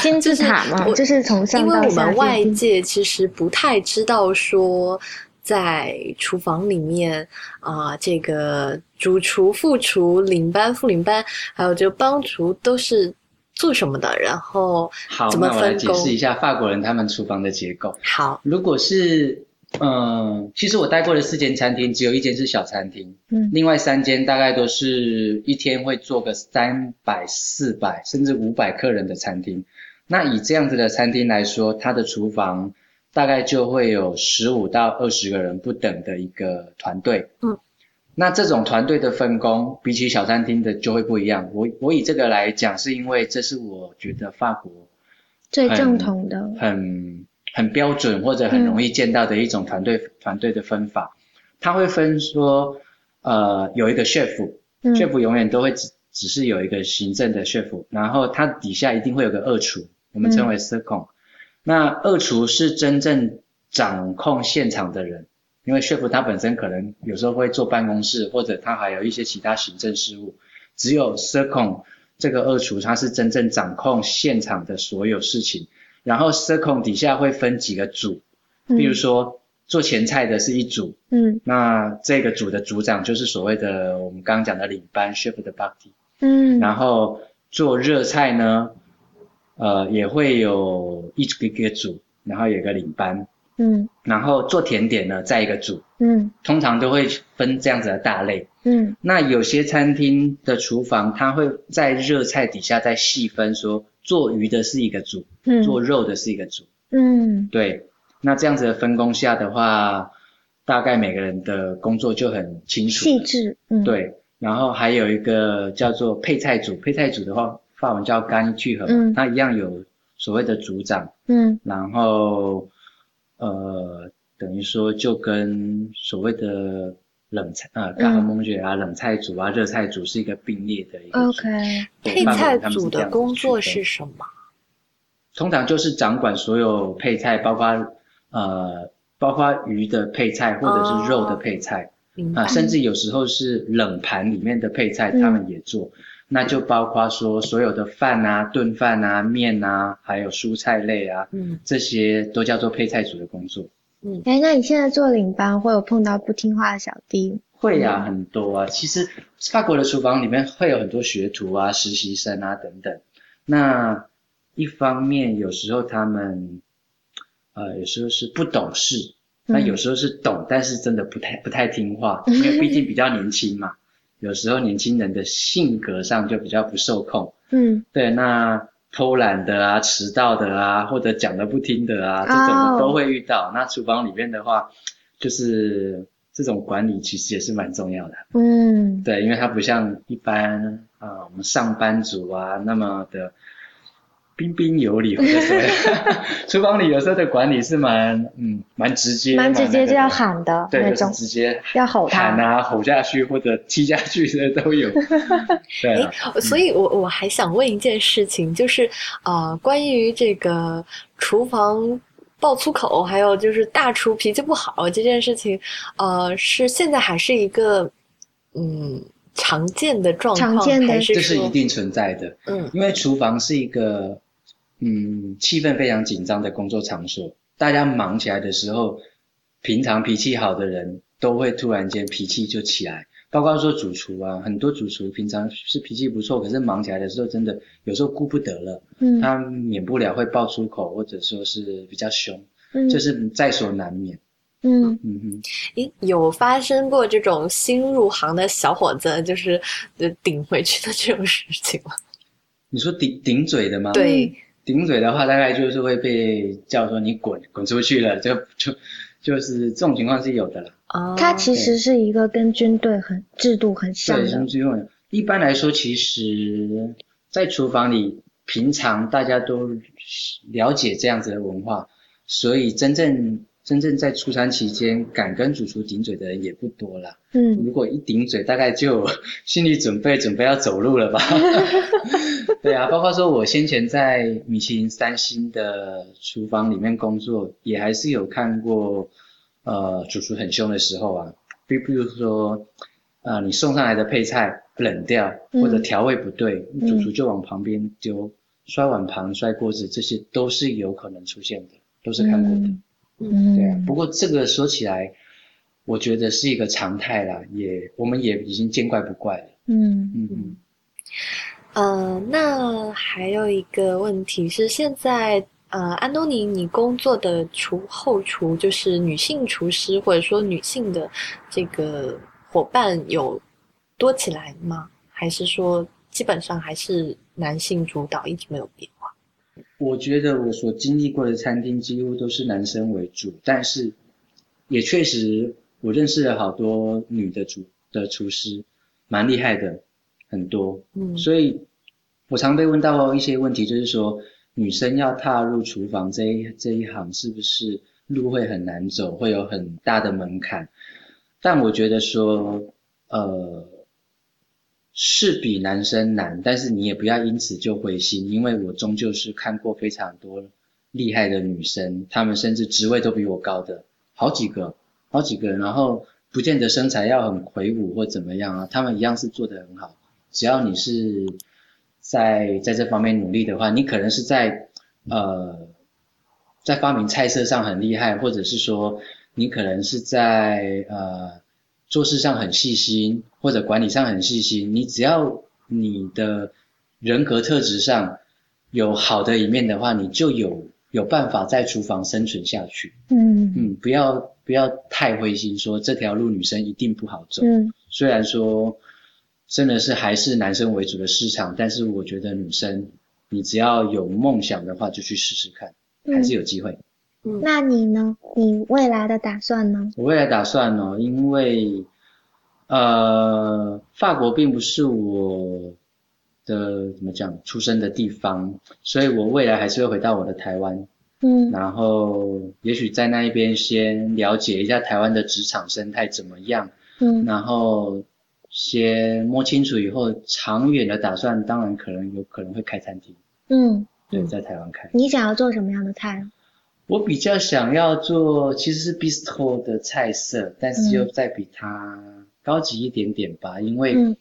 S2: 金字塔
S1: 就是
S2: 嘛，
S1: 我
S2: 就是从上
S1: 因为
S2: 到
S1: 我
S2: 下
S1: 们
S2: 进
S1: 外
S2: 行。
S1: 界其实不太知道说，在厨房里面啊、这个主厨、副厨、领班、副领班，还有这个帮厨都是做什么的，然后
S3: 好，
S1: 怎么
S3: 那我来
S1: 分
S3: 解
S1: 工
S3: 释？一下法国人他们厨房的结构。
S1: 好，
S3: 如果是嗯，其实我待过的四间餐厅，只有一间是小餐厅，
S2: 嗯
S3: 另外三间大概都是一天会做个三百、四百甚至五百客人的餐厅。那以这样子的餐厅来说，它的厨房大概就会有十五到二十个人不等的一个团队。
S1: 嗯，
S3: 那这种团队的分工，比起小餐厅的就会不一样。我我以这个来讲，是因为这是我觉得法国
S2: 最
S3: 很
S2: 正统的，
S3: 很很标准或者很容易见到的一种团队、团队的分法。他会分说，呃，有一个 chef，chef、
S2: 嗯
S3: chef 永远都会只只是有一个行政的 chef，然后他底下一定会有个二厨，我们
S2: 嗯
S3: 称为 s e c o n 那二厨是真正掌控现场的人，因为 chef 他本身可能有时候会坐办公室，或者他还有一些其他行政事务。只有 s e c o n 这个二厨，他是真正掌控现场的所有事情。然后 s e c o n 底下会分几个组，
S2: 嗯
S3: 比如说做前菜的是一组，
S2: 嗯
S3: 那这个组的组长就是所谓的我们刚刚讲的领班 chef 的 body。
S2: 嗯
S3: 然后做热菜呢，呃，也会有一个一个组，然后有个领班，
S2: 嗯
S3: 然后做甜点呢，再一个组，
S2: 嗯
S3: 通常都会分这样子的大类。
S2: 嗯
S3: 那有些餐厅的厨房，它会在热菜底下再细分说，做鱼的是一个组，
S2: 嗯
S3: 做肉的是一个组，
S2: 嗯
S3: 对。那这样子的分工下的话，大概每个人的工作就很清楚了，
S2: 细致，嗯，
S3: 对，然后还有一个叫做配菜组，配菜组的话，法文叫干一聚合嘛，
S2: 嗯
S3: 它一样有所谓的组长，
S2: 嗯
S3: 然后呃，等于说就跟所谓的冷菜呃，嘎
S2: 嗯
S3: 嘣蒙卷啊、冷菜组啊、热菜组是一个并列的一个组
S2: ，OK，
S3: 对
S1: 配
S3: 范围
S1: 菜
S3: 他们是
S1: 组
S3: 这
S1: 的
S3: 样子
S1: 工作
S3: 区
S1: 是
S3: 分
S1: 什么？
S3: 通常就是掌管所有配菜，包括呃，包括鱼的配菜或者是肉的配菜
S1: 明
S3: 啊、
S1: 白。
S3: 甚至有时候是冷盘里面的配菜，
S2: 嗯
S3: 他们也做。那就包括说所有的饭啊、炖饭啊、面啊，还有蔬菜类啊，
S1: 嗯
S3: 这些都叫做配菜组的工作。
S2: 哎，那你现在做领班会有碰到不听话的小弟？
S3: 会呀、很多啊。其实法国的厨房里面会有很多学徒啊、实习生啊等等。那一方面，有时候他们，呃，有时候是不懂事，
S2: 嗯
S3: 那有时候是懂，但是真的不太不太听 话，因为毕竟比较年轻嘛。有时候年轻人的性格上就比较不受控，
S2: 嗯，
S3: 对，那偷懒的啊、迟到的啊，或者讲的不听的啊，这种
S2: 哦
S3: 的都会遇到。那厨房里面的话，就是这种管理其实也是蛮重要的。
S2: 嗯
S3: 对，因为它不像一般啊、呃我们上班族啊那么的彬彬有礼，或者说 厨房里有时候的管理是蛮嗯蛮直接，
S2: 蛮直
S3: 那
S2: 接
S3: 个
S2: 就要
S3: 的，
S2: 喊的
S3: 对，
S2: 那
S3: 就是
S2: 种，
S3: 直接
S2: 要吼
S3: 喊
S2: 他。
S3: 啊吼下去或者踢下去的 都有。对啊，
S1: 呃所以我，我还想问一件事情，就是呃，关于这个厨房爆粗口，还有就是大厨脾气不好这件事情，呃，是现在还是一个嗯常见的状况，
S2: 常见的
S1: 还是
S3: 这是
S1: 说
S3: 一定存在的。
S1: 嗯
S3: 因为厨房是一个嗯气氛非常紧张的工作场所，大家忙起来的时候，平常脾气好的人都会突然间脾气就起来，包括说主厨啊，很多主厨平常是脾气不错，可是忙起来的时候真的有时候顾不得了，
S2: 嗯
S3: 他免不了会爆粗口，或者说是比较凶，
S2: 嗯
S3: 这是在所难免。
S2: 嗯
S3: 嗯哼，
S1: 诶有发生过这种新入行的小伙子就是呃顶回去的这种事情吗？
S3: 你说顶顶嘴
S2: 嗯
S3: 的吗？
S1: 对，
S3: 顶嘴的话，大概就是会被叫说你滚滚出去了，就就就是这种情况是有的啦。
S1: 啊，
S2: 他其实是一个跟军队很制度很像
S3: 对，
S2: 的
S3: 中，之用。一般来说，其实，在厨房里，平常大家都了解这样子的文化，所以真正真正在出餐期间敢跟主厨顶嘴的人也不多啦。
S2: 嗯
S3: 如果一顶嘴，大概就 有心理准备，准备要走路了吧？ 对啊，包括说我先前在米其林三星的厨房里面工作，也还是有看过，呃，主厨很凶的时候啊，比比如说，呃，你送上来的配菜冷掉
S2: 嗯
S3: 或者调味不对，
S2: 嗯
S3: 主厨就往旁边丢，摔碗盘、摔锅子，这些都是有可能出现的，都是看过的。
S2: 嗯嗯，
S3: 对啊，不过这个说起来，我觉得是一个常态啦，也我们也已经见怪不怪了。
S2: 嗯
S3: 嗯
S1: 嗯
S3: 嗯，
S1: 呃，那还有一个问题是，现在呃，安东尼，你工作的厨后厨就是女性厨师，或者说女性的这个伙伴有多起来吗？还是说基本上还是男性主导，一直没有变化？
S3: 我觉得我所经历过的餐厅几乎都是男生为主，但是也确实我认识了好多女的厨的厨师，蛮厉害的，很多。
S1: 嗯
S3: 所以我常被问到一些问题，就是说女生要踏入厨房这一这一行，是不是路会很难走，会有很大的门槛？但我觉得说，呃，是比男生难，但是你也不要因此就灰心，因为我终究是看过非常多厉害的女生，她们甚至职位都比我高的好几个，好几个，然后不见得身材要很魁梧或怎么样啊，她们一样是做得很好。只要你是在在这方面努力的话，你可能是在呃在发明菜色上很厉害，或者是说你可能是在呃做事上很细心，或者管理上很细心。你只要你的人格特质上有好的一面的话，你就有有办法在厨房生存下去。
S2: 嗯
S3: 嗯，不要不要太灰心，说这条路女生一定不好走。
S2: 嗯
S3: 虽然说真的是还是男生为主的市场，但是我觉得女生，你只要有梦想的话，就去试试看，还
S2: 嗯
S3: 是有机会。
S2: 那你呢？你未来的打算呢？
S3: 我未来打算呢、因为呃，法国并不是我的怎么讲出生的地方，所以我未来还是会回到我的台湾，
S2: 嗯
S3: 然后也许在那一边先了解一下台湾的职场生态怎么样，
S2: 嗯
S3: 然后先摸清楚以后，长远的打算，当然可能有可能会开餐厅，
S2: 嗯，
S3: 对，
S1: 嗯
S3: 在台湾开。
S2: 你想要做什么样的菜？啊
S3: 我比较想要做，其实是 bistro 的菜色，但是又再比它高级一点点吧，因为
S2: 嗯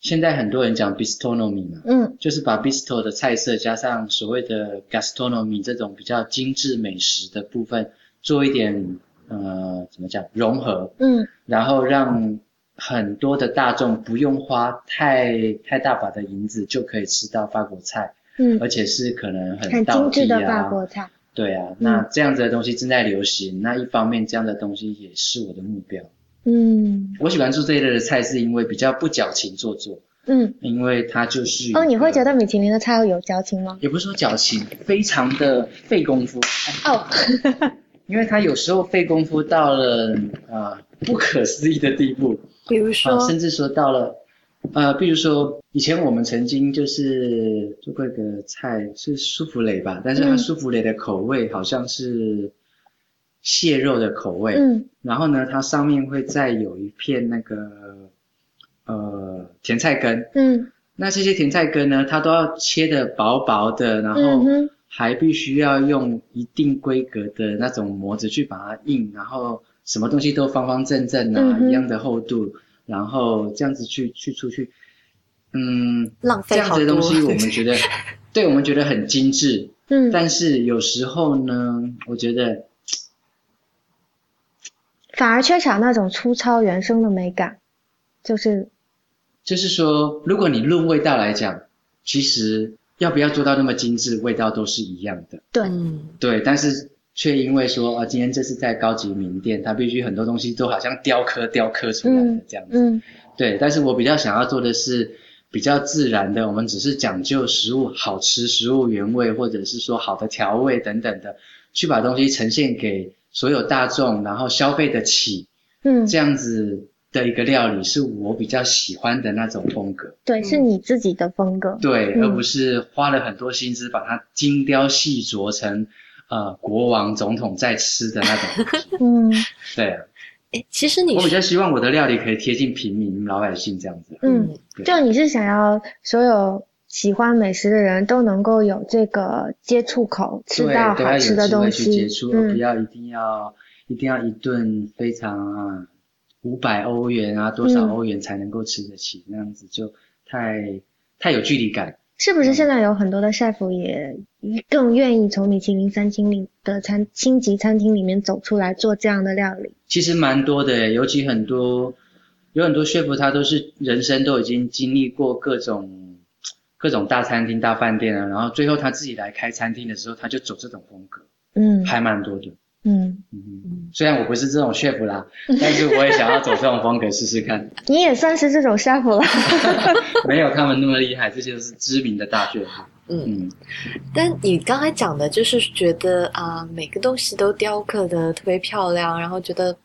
S3: 现在很多人讲 bistronomy 嘛，
S2: 嗯
S3: 就是把 bistro 的菜色加上所谓的 gastronomy 这种比较精致美食的部分，做一点呃怎么讲融合，
S2: 嗯
S3: 然后让很多的大众不用花太太大把的银子就可以吃到法国菜，
S2: 嗯，
S3: 而且是可能很
S2: 很
S3: 道
S2: 精致的
S3: 地
S2: 法
S3: 啊
S2: 国嗯菜。
S3: 对啊，那这样子的东西正在流行，那一方面这样的东西也是我的目标。
S2: 嗯
S3: 我喜欢做这一类的菜，是因为比较不矫情做作，
S2: 嗯，
S3: 因为它就是一个
S2: 哦，你会觉得米其林的菜有矫情吗？
S3: 也不是说矫情，非常的费功夫，
S2: 哦，
S3: 因为它有时候费功夫到了啊、不可思议的地步
S1: 比如
S3: 啊、
S1: 说，
S3: 甚至说到了呃，比如说以前我们曾经就是做过一个菜是舒芙蕾吧，但是它
S2: 嗯
S3: 舒芙蕾的口味好像是蟹肉的口味，
S2: 嗯
S3: 然后呢，它上面会再有一片那个呃甜菜根。
S2: 嗯
S3: 那这些甜菜根呢，它都要切的薄薄的，然
S2: 嗯
S3: 后
S2: 哼
S3: 还必须要用一定规格的那种模子去把它印，然后什么东西都方方正正
S2: 嗯
S3: 啊，
S2: 哼
S3: 一样的厚度，然后这样子去去出去，嗯，
S1: 浪
S3: 这
S1: 费
S3: 样
S1: 好
S3: 子的
S1: 多
S3: 东西我们 觉得，对我们觉得很精致，
S2: 嗯，
S3: 但是有时候呢，我觉得
S2: 反而缺少那种粗糙原生的美感，就是
S3: 就是说，如果你论味道来讲，其实要不要做到那么精致，味道都是一样的。
S2: 对，
S1: 嗯，
S3: 对，但是却因为说啊，今天这是在高级名店，它必须很多东西都好像雕刻雕刻出来的这样子。
S2: 嗯
S3: 对，但是我比较想要做的是比较自然的，我们只是讲究食物好吃、食物原味，或者是说好的调味等等的，去把东西呈现给所有大众，然后消费得起
S2: 嗯，
S3: 这样子的一个料理，是我比较喜欢的那种风格。
S2: 对，是你自己的风格，
S3: 对，
S2: 嗯
S3: 而不是花了很多心思把它精雕细琢成呃国王总统在吃的那 种。
S2: 嗯
S3: 对啊，
S1: 哎，其实你
S3: 我
S1: 说
S3: 比较希望我的料理可以贴近平民老百姓这样子。
S2: 嗯，
S3: 对
S2: 就你是想要所有喜欢美食的人都能够有这个接触口，吃
S3: 对，
S2: 到
S3: 都要
S2: 好
S3: 有
S2: 吃的
S3: 机
S2: 东
S3: 会去
S2: 西
S3: 接触，，而不
S2: 嗯
S3: 要一定要一定要一顿非常啊五百欧元啊多少
S2: 嗯
S3: 欧元才能够吃得起，那样子就太太有距离感。
S2: 是不是现在有很多的 chef 也更愿意从米其林三星里的餐星级餐厅里面走出来做这样的料理？
S3: 其实蛮多的，尤其很多有很多 chef 他都是人生都已经经历过各种各种大餐厅、大饭店啊，然后最后他自己来开餐厅的时候，他就走这种风格，
S2: 嗯
S3: 还蛮多的。
S2: 嗯，
S3: 嗯，
S1: 嗯
S3: 虽然我不是这种 chef 啦，但是我也想要走这种风格试试看。
S2: 你也算是这种 chef 了，
S3: 没有他们那么厉害，这些都是知名的大学部。
S1: 嗯，
S3: 嗯，
S1: 但你刚才讲的就是觉得啊、每个东西都雕刻的特别漂亮，然后觉得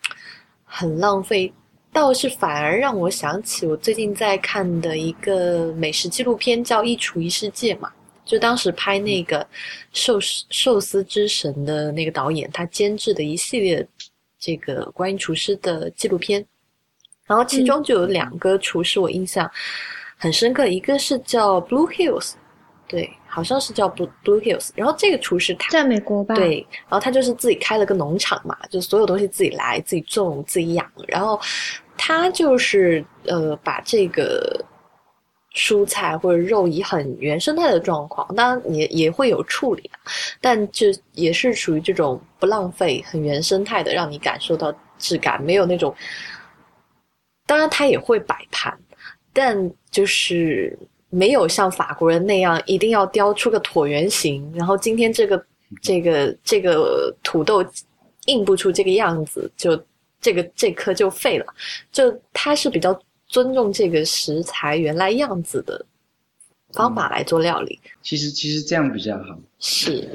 S1: 很浪费，倒是反而让我想起我最近在看的一个美食纪录片，叫《一厨一世界》嘛。就当时拍那个寿司寿司之神的那个导演，他监制的一系列这个关于厨师的纪录片，然后其中就有两个厨师我印象很深刻，一个是叫 Blue Hills，对，好像是叫 Blue Blue Hills，然后这个厨师他
S2: 在美国吧？，
S1: 对，然后他就是自己开了个农场嘛，就所有东西自己来，自己种，自己养。然后他就是呃，把这个蔬菜或者肉以很原生态的状况，当然也也会有处理啊，但就也是属于这种不浪费、很原生态的，让你感受到质感，没有那种。当然，他也会摆盘，但就是没有像法国人那样一定要雕出个椭圆形，然后今天这个这个这个土豆印不出这个样子，就这个这颗就废了。就他是比较尊重这个食材原来样子的方法来做料理，
S3: 其实其实这样比较好，
S1: 是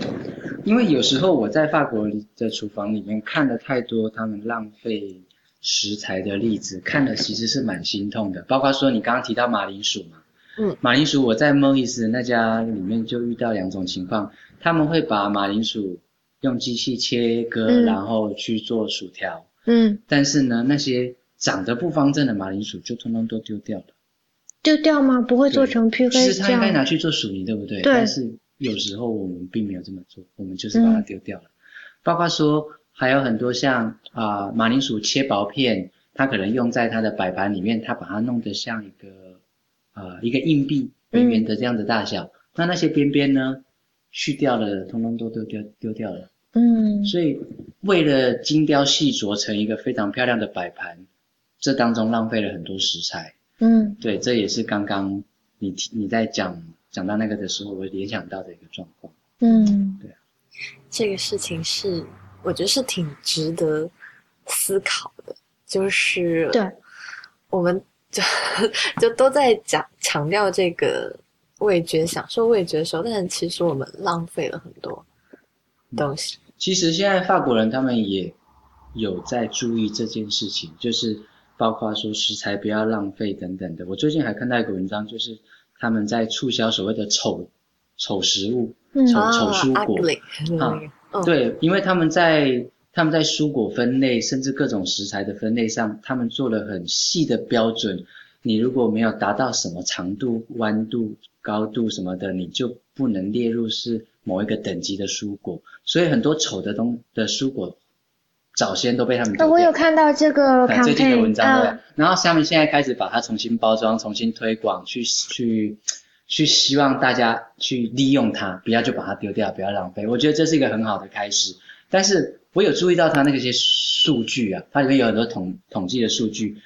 S3: 因为有时候我在法国的厨房里面看了太多他们浪费食材的例子，看了其实是蛮心痛的。包括说你刚刚提到马铃薯嘛，
S1: 嗯，
S3: 马铃薯我在 Mois 那家里面就遇到两种情况，他们会把马铃薯用机器切割，
S2: 嗯
S3: 然后去做薯条，
S2: 嗯，
S3: 但是呢，那些长得不方正的马铃薯就通通都丢掉了。
S2: 丢掉吗？不会做
S3: 对
S2: 成 p
S3: 其
S2: k
S3: 实它应该拿
S2: 酱？
S3: 去做薯泥，对不对？
S2: 对
S3: 但是有时候我们并没有这么做，我们就是把它丢掉了。包括说还有很多像啊、马铃薯切薄片，它可能用在它的摆盘里面，它把它弄得像一个呃一个硬币圆圆的这样的大小。那那些边边呢，去掉了，通通都丢丢丢掉了。
S2: 嗯，
S3: 所以为了精雕细琢成一个非常漂亮的摆盘，这当中浪费了很多食材。
S2: 嗯，
S3: 对，这也是刚刚你提你在讲讲到那个的时候，我联想到的一个状况。
S2: 嗯，
S1: 这个事情是，我觉得是挺值得思考的，就是
S2: 对，
S1: 我们就就都在讲强调这个味觉享受味觉的时候，但是其实我们浪费了很多东西。
S3: 其实现在法国人他们也有在注意这件事情，就是包括说食材不要浪费等等的。我最近还看到一个文章，就是他们在促销所谓的丑丑食物，
S2: 嗯
S3: 丑
S1: 啊
S3: 丑蔬果。
S1: ，ugly 那个嗯
S3: 对，因为他们在他们在蔬果分类，甚至各种食材的分类上，他们做了很细的标准。你如果没有达到什么长度、弯度、高度什么的，你就不能列入是某一个等级的蔬果。所以很多丑的东的蔬果，早先都被他们
S2: 那
S3: 丢
S2: 我
S3: 掉
S2: 有看到这个
S3: 哎最近的
S2: campaign，
S3: 文章
S2: 嗯
S3: 对吧，然后他们现在开始把它重新包装、重新推广，去去去希望大家去利用它，不要就把它丢掉，不要浪费。我觉得这是一个很好的开始。但是我有注意到它那些数据啊，它里面有很多统统计的数据。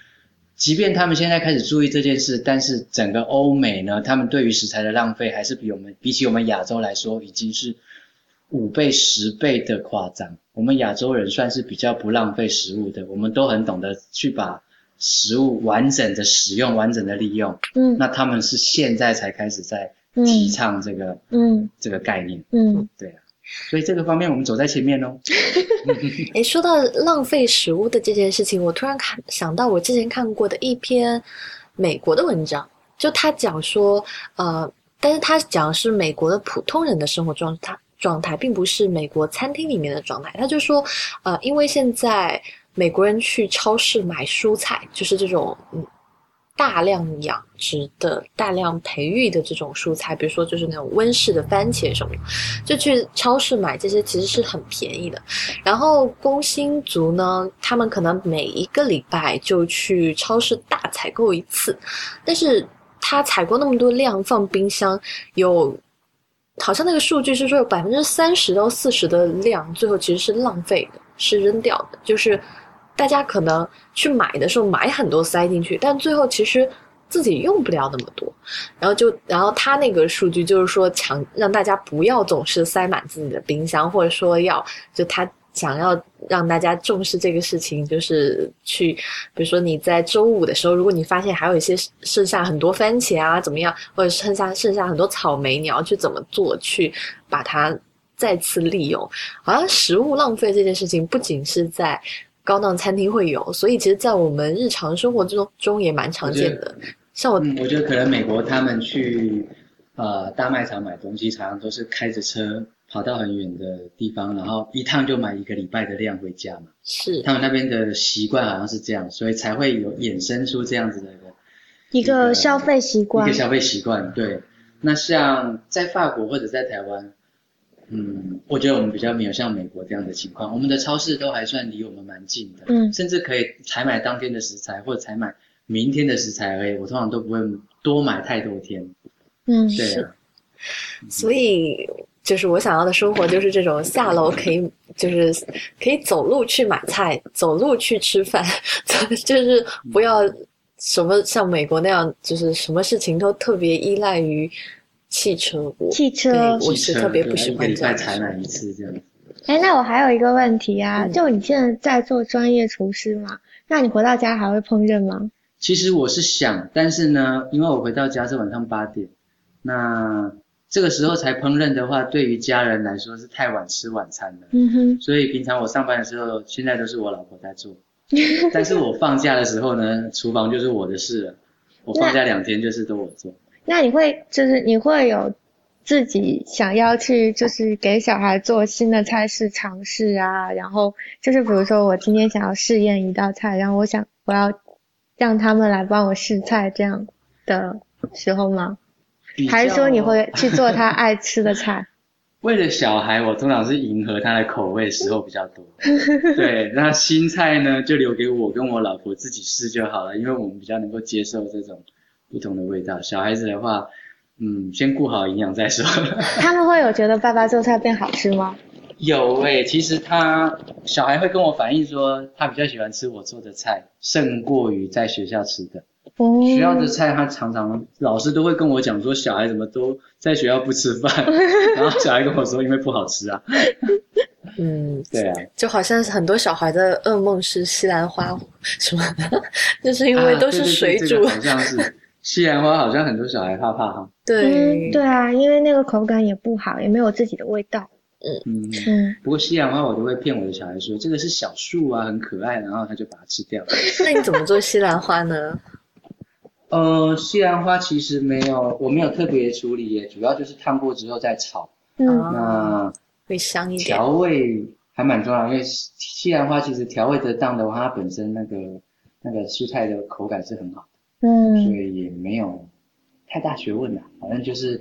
S3: 即便他们现在开始注意这件事，但是整个欧美呢，他们对于食材的浪费还是比我们比起我们亚洲来说，已经是五倍、十倍的夸张。我们亚洲人算是比较不浪费食物的，我们都很懂得去把食物完整的使用、完整的利用。
S2: 嗯
S3: 那他们是现在才开始在
S2: 嗯
S3: 提倡这个、
S2: 嗯
S3: 这个概念，
S2: 嗯
S3: 对啊。所以这个方面我们走在前面哦。
S1: 诶，说到浪费食物的这件事情，我突然看想到我之前看过的一篇美国的文章，就他讲说，呃，但是他讲的是美国的普通人的生活状态状态，并不是美国餐厅里面的状态。他就说，呃，因为现在美国人去超市买蔬菜，就是这种嗯大量养殖的、大量培育的这种蔬菜，比如说就是那种温室的番茄什么的，就去超市买这些其实是很便宜的。然后工薪族呢，他们可能每一个礼拜就去超市大采购一次，但是他采购那么多量放冰箱，有好像那个数据是说有百分之三十到四十的量最后其实是浪费的，是扔掉的，就是大家可能去买的时候买很多塞进去，但最后其实。自己用不了那么多，然后就，然后他那个数据就是说强让大家不要总是塞满自己的冰箱，或者说要就他想要让大家重视这个事情，就是去，比如说你在周五的时候，如果你发现还有一些剩下很多番茄啊，怎么样，或者剩下剩下很多草莓，你要去怎么做去把它再次利用？好像食物浪费这件事情，不仅是在高档餐厅会有，所以其实，在我们日常生活之中中也蛮常见的。像我，
S3: 嗯，我觉得可能美国他们去呃大卖场买东西，常常都是开着车跑到很远的地方，然后一趟就买一个礼拜的量回家嘛。
S1: 是
S3: 他们那边的习惯好像是这样，所以才会有衍生出这样子的一个
S2: 一个消费习
S3: 一
S2: 惯
S3: 个，消费习惯。对，那像在法国或者在台湾，嗯，我觉得我们比较没有像美国这样的情况，我们的超市都还算离我们蛮近的，
S2: 嗯
S3: 甚至可以采买当天的食材或者采买明天的食材而已。我通常都不会多买太多天，
S2: 嗯
S3: 对啊。
S1: 所以就是我想要的生活，就是这种下楼可以，就是可以走路去买菜，走路去吃饭， 就是
S3: 嗯
S1: 不要什么像美国那样，就是什么事情都特别依赖于汽车。我
S2: 汽车
S1: 对。我
S3: 汽
S1: 是
S3: 车
S1: 特别
S3: 对
S1: 不
S3: 啊
S1: 喜
S3: 一个
S1: 欢
S3: 礼
S1: 这
S3: 拜
S1: 样
S3: 采
S1: 子
S3: 买一次这样子。
S2: 哎，那我还有一个问题啊，
S1: 嗯
S2: 就你现在在做专业厨师嘛？那你回到家还会烹饪吗？
S3: 其实我是想，但是呢，因为我回到家是晚上八点，那这个时候才烹饪的话，对于家人来说是太晚吃晚餐了。
S2: 嗯哼，
S3: 所以平常我上班的时候，现在都是我老婆在做， 但是我放假的时候呢，厨房就是我的事了。我放假两天就是都我做。
S2: 那你会就是你会有自己想要去就是给小孩做新的菜式尝试啊，然后就是比如说我今天想要试验一道菜，然后我想我要让他们来帮我试菜这样的时候吗？
S3: 比
S2: 还是说你
S3: 较
S2: 会去做他爱吃的菜？
S3: 为了小孩，我通常是迎合他的口味时候比较多。对，那新菜呢，就留给我跟我老婆自己试就好了，因为我们比较能够接受这种不同的味道。小孩子的话，嗯，先顾好营养再说。
S2: 他们会有觉得爸爸做菜变好吃吗？
S3: 有诶、其实他小孩会跟我反映说，他比较喜欢吃我做的菜，胜过于在学校吃的。
S2: 哦，
S3: 学校的菜，他常常老师都会跟我讲说，小孩怎么都在学校不吃 饭，然后小孩跟我说，因为不好吃啊。
S1: 嗯，
S3: 对啊。
S1: 就好像是很多小孩的噩梦是西兰花什么， 就是因为
S3: 啊
S1: 都是水
S3: 对对对这
S1: 煮
S3: 个，好像是西兰花，好像很多小孩怕怕哈。
S2: 嗯，对啊，因为那个口感也不好，也没有自己的味道。
S3: 嗯，
S2: 嗯，
S3: 不过西兰花我都会骗我的小孩说这个是小树啊，很可爱，然后他就把它吃掉。
S1: 那你怎么做西兰花呢？
S3: 呃，西兰花其实没有，我没有特别处理耶，主要就是烫过之后再炒。
S2: 嗯，
S1: 啊，
S3: 那
S1: 会香一点。
S3: 调味还蛮重要，因为西西兰花其实调味得当的话，它本身那个那个蔬菜的口感是很好，所
S2: 嗯，
S3: 以也没有太大学问啦，啊反正就是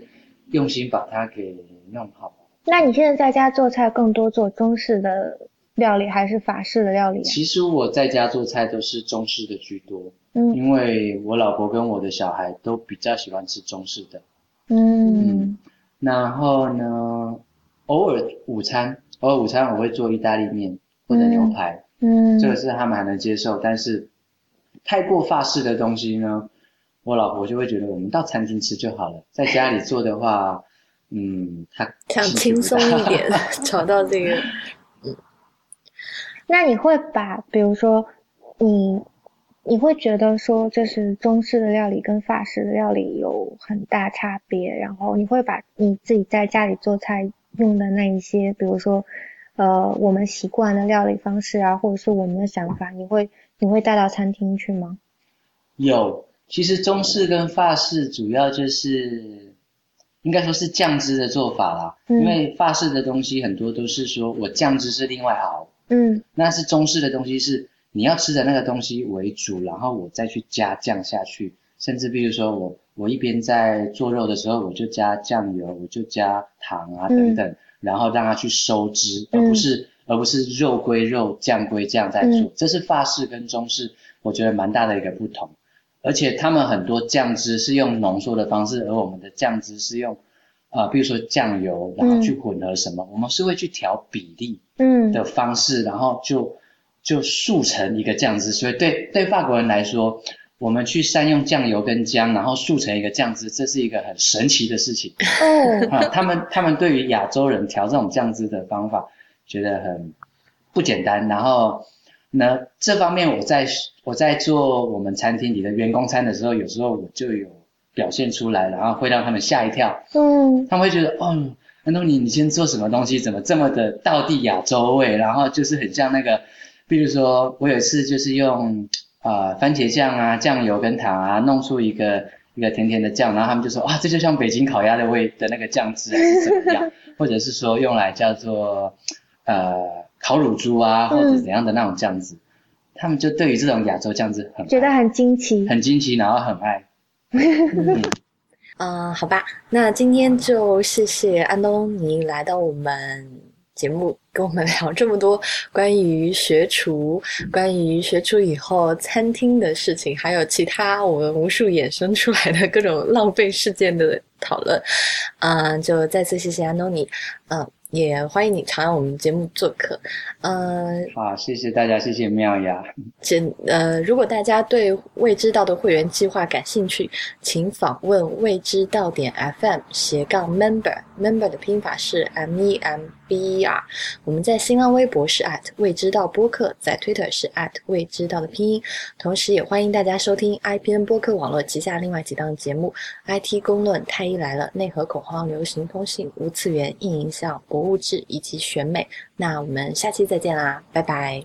S3: 用心把它给弄好。
S2: 那你现在在家做菜更多做中式的料理还是法式的料理啊？
S3: 其实我在家做菜都是中式的居多，
S2: 嗯
S3: 因为我老婆跟我的小孩都比较喜欢吃中式的。
S2: 嗯
S3: 然后呢，偶尔午餐，偶尔午餐我会做意大利面或者牛排，
S2: 嗯，
S3: 这个是他们还能接受。但是太过法式的东西呢，我老婆就会觉得我们到餐厅吃就好了，在家里做的话， 嗯，她
S1: 想
S3: 兴趣
S1: 轻
S3: 不
S1: 松
S3: 大
S1: 一 点，找到这个
S2: 那你会把，比如说，你你会觉得说，就是中式的料理跟法式的料理有很大差别，然后你会把你自己在家里做菜用的那一些，比如说，呃，我们习惯的料理方式啊，或者是我们的想法，你会你会带到餐厅去吗？
S3: 有，其实中式跟法式主要就是，应该说是酱汁的做法啦。
S2: 嗯
S3: 因为法式的东西很多都是说我酱汁是另外熬，
S2: 嗯
S3: 那是中式的东西是你要吃的那个东西为主，然后我再去加酱下去。甚至比如说我我一边在做肉的时候，我就加酱油，我就加糖啊等等，然后让它去收汁，而
S2: 嗯
S3: 不是而不是肉归肉，酱归酱在做。这是法式跟中式我觉得蛮大的一个不同。而且他们很多酱汁是用浓缩的方式，而我们的酱汁是用，呃，比如说酱油，然后去混合什么，我们是会去调比例
S2: 嗯
S3: 的方式，然后就就速成一个酱汁。所以对对法国人来说，我们去善用酱油跟姜，然后速成一个酱汁，这是一个很神奇的事情
S2: 哦，
S3: 啊！他们他们对于亚洲人调这种酱汁的方法，觉得很不简单。然后呢，这方面我在我在做我们餐厅里的员工餐的时候，有时候我就有表现出来，然后会让他们吓一跳。
S2: 嗯
S3: 他们会觉得，哦，安东尼，你今天做什么东西？怎么这么的道地亚洲味？然后就是很像那个，比如说我有一次就是用呃番茄酱啊、酱油跟糖啊，弄出一个一个甜甜的酱，然后他们就说，哇，这就像北京烤鸭的味的那个酱汁还是怎么样？ 或者是说用来叫做呃烤乳猪
S2: 嗯
S3: 啊，或者怎样的那种酱汁，他们就对于这种亚洲酱汁很
S2: 觉得
S3: 爱
S2: 很惊奇。
S3: 很惊奇，然后很爱。
S1: 嗯，好吧，那今天就谢谢安东尼来到我们节目，跟我们 聊这么多关于学厨、关于学厨以后餐厅的事情，还有其他我们无数衍生出来的各种浪费事件的讨论。嗯，就再次谢谢安东尼，嗯，也欢迎你常来我们节目做客。嗯，
S3: 好，谢谢大家，谢谢妙雅。
S1: 请呃，如果大家对未知道的会员计划感兴趣，请访问未知道点 FM 斜杠 member，member 的拼法是 M E M B E R。我们在新浪微博是 at 未知道播客，在 Twitter 是 at 未知道的拼音。同时也欢迎大家收听 IPN 播客网络旗下另外几档节目：IT 公论、太医来了、内核恐慌、流行通信、无次元、硬影像、博物志以及选美。那我们下期再见啦，拜拜。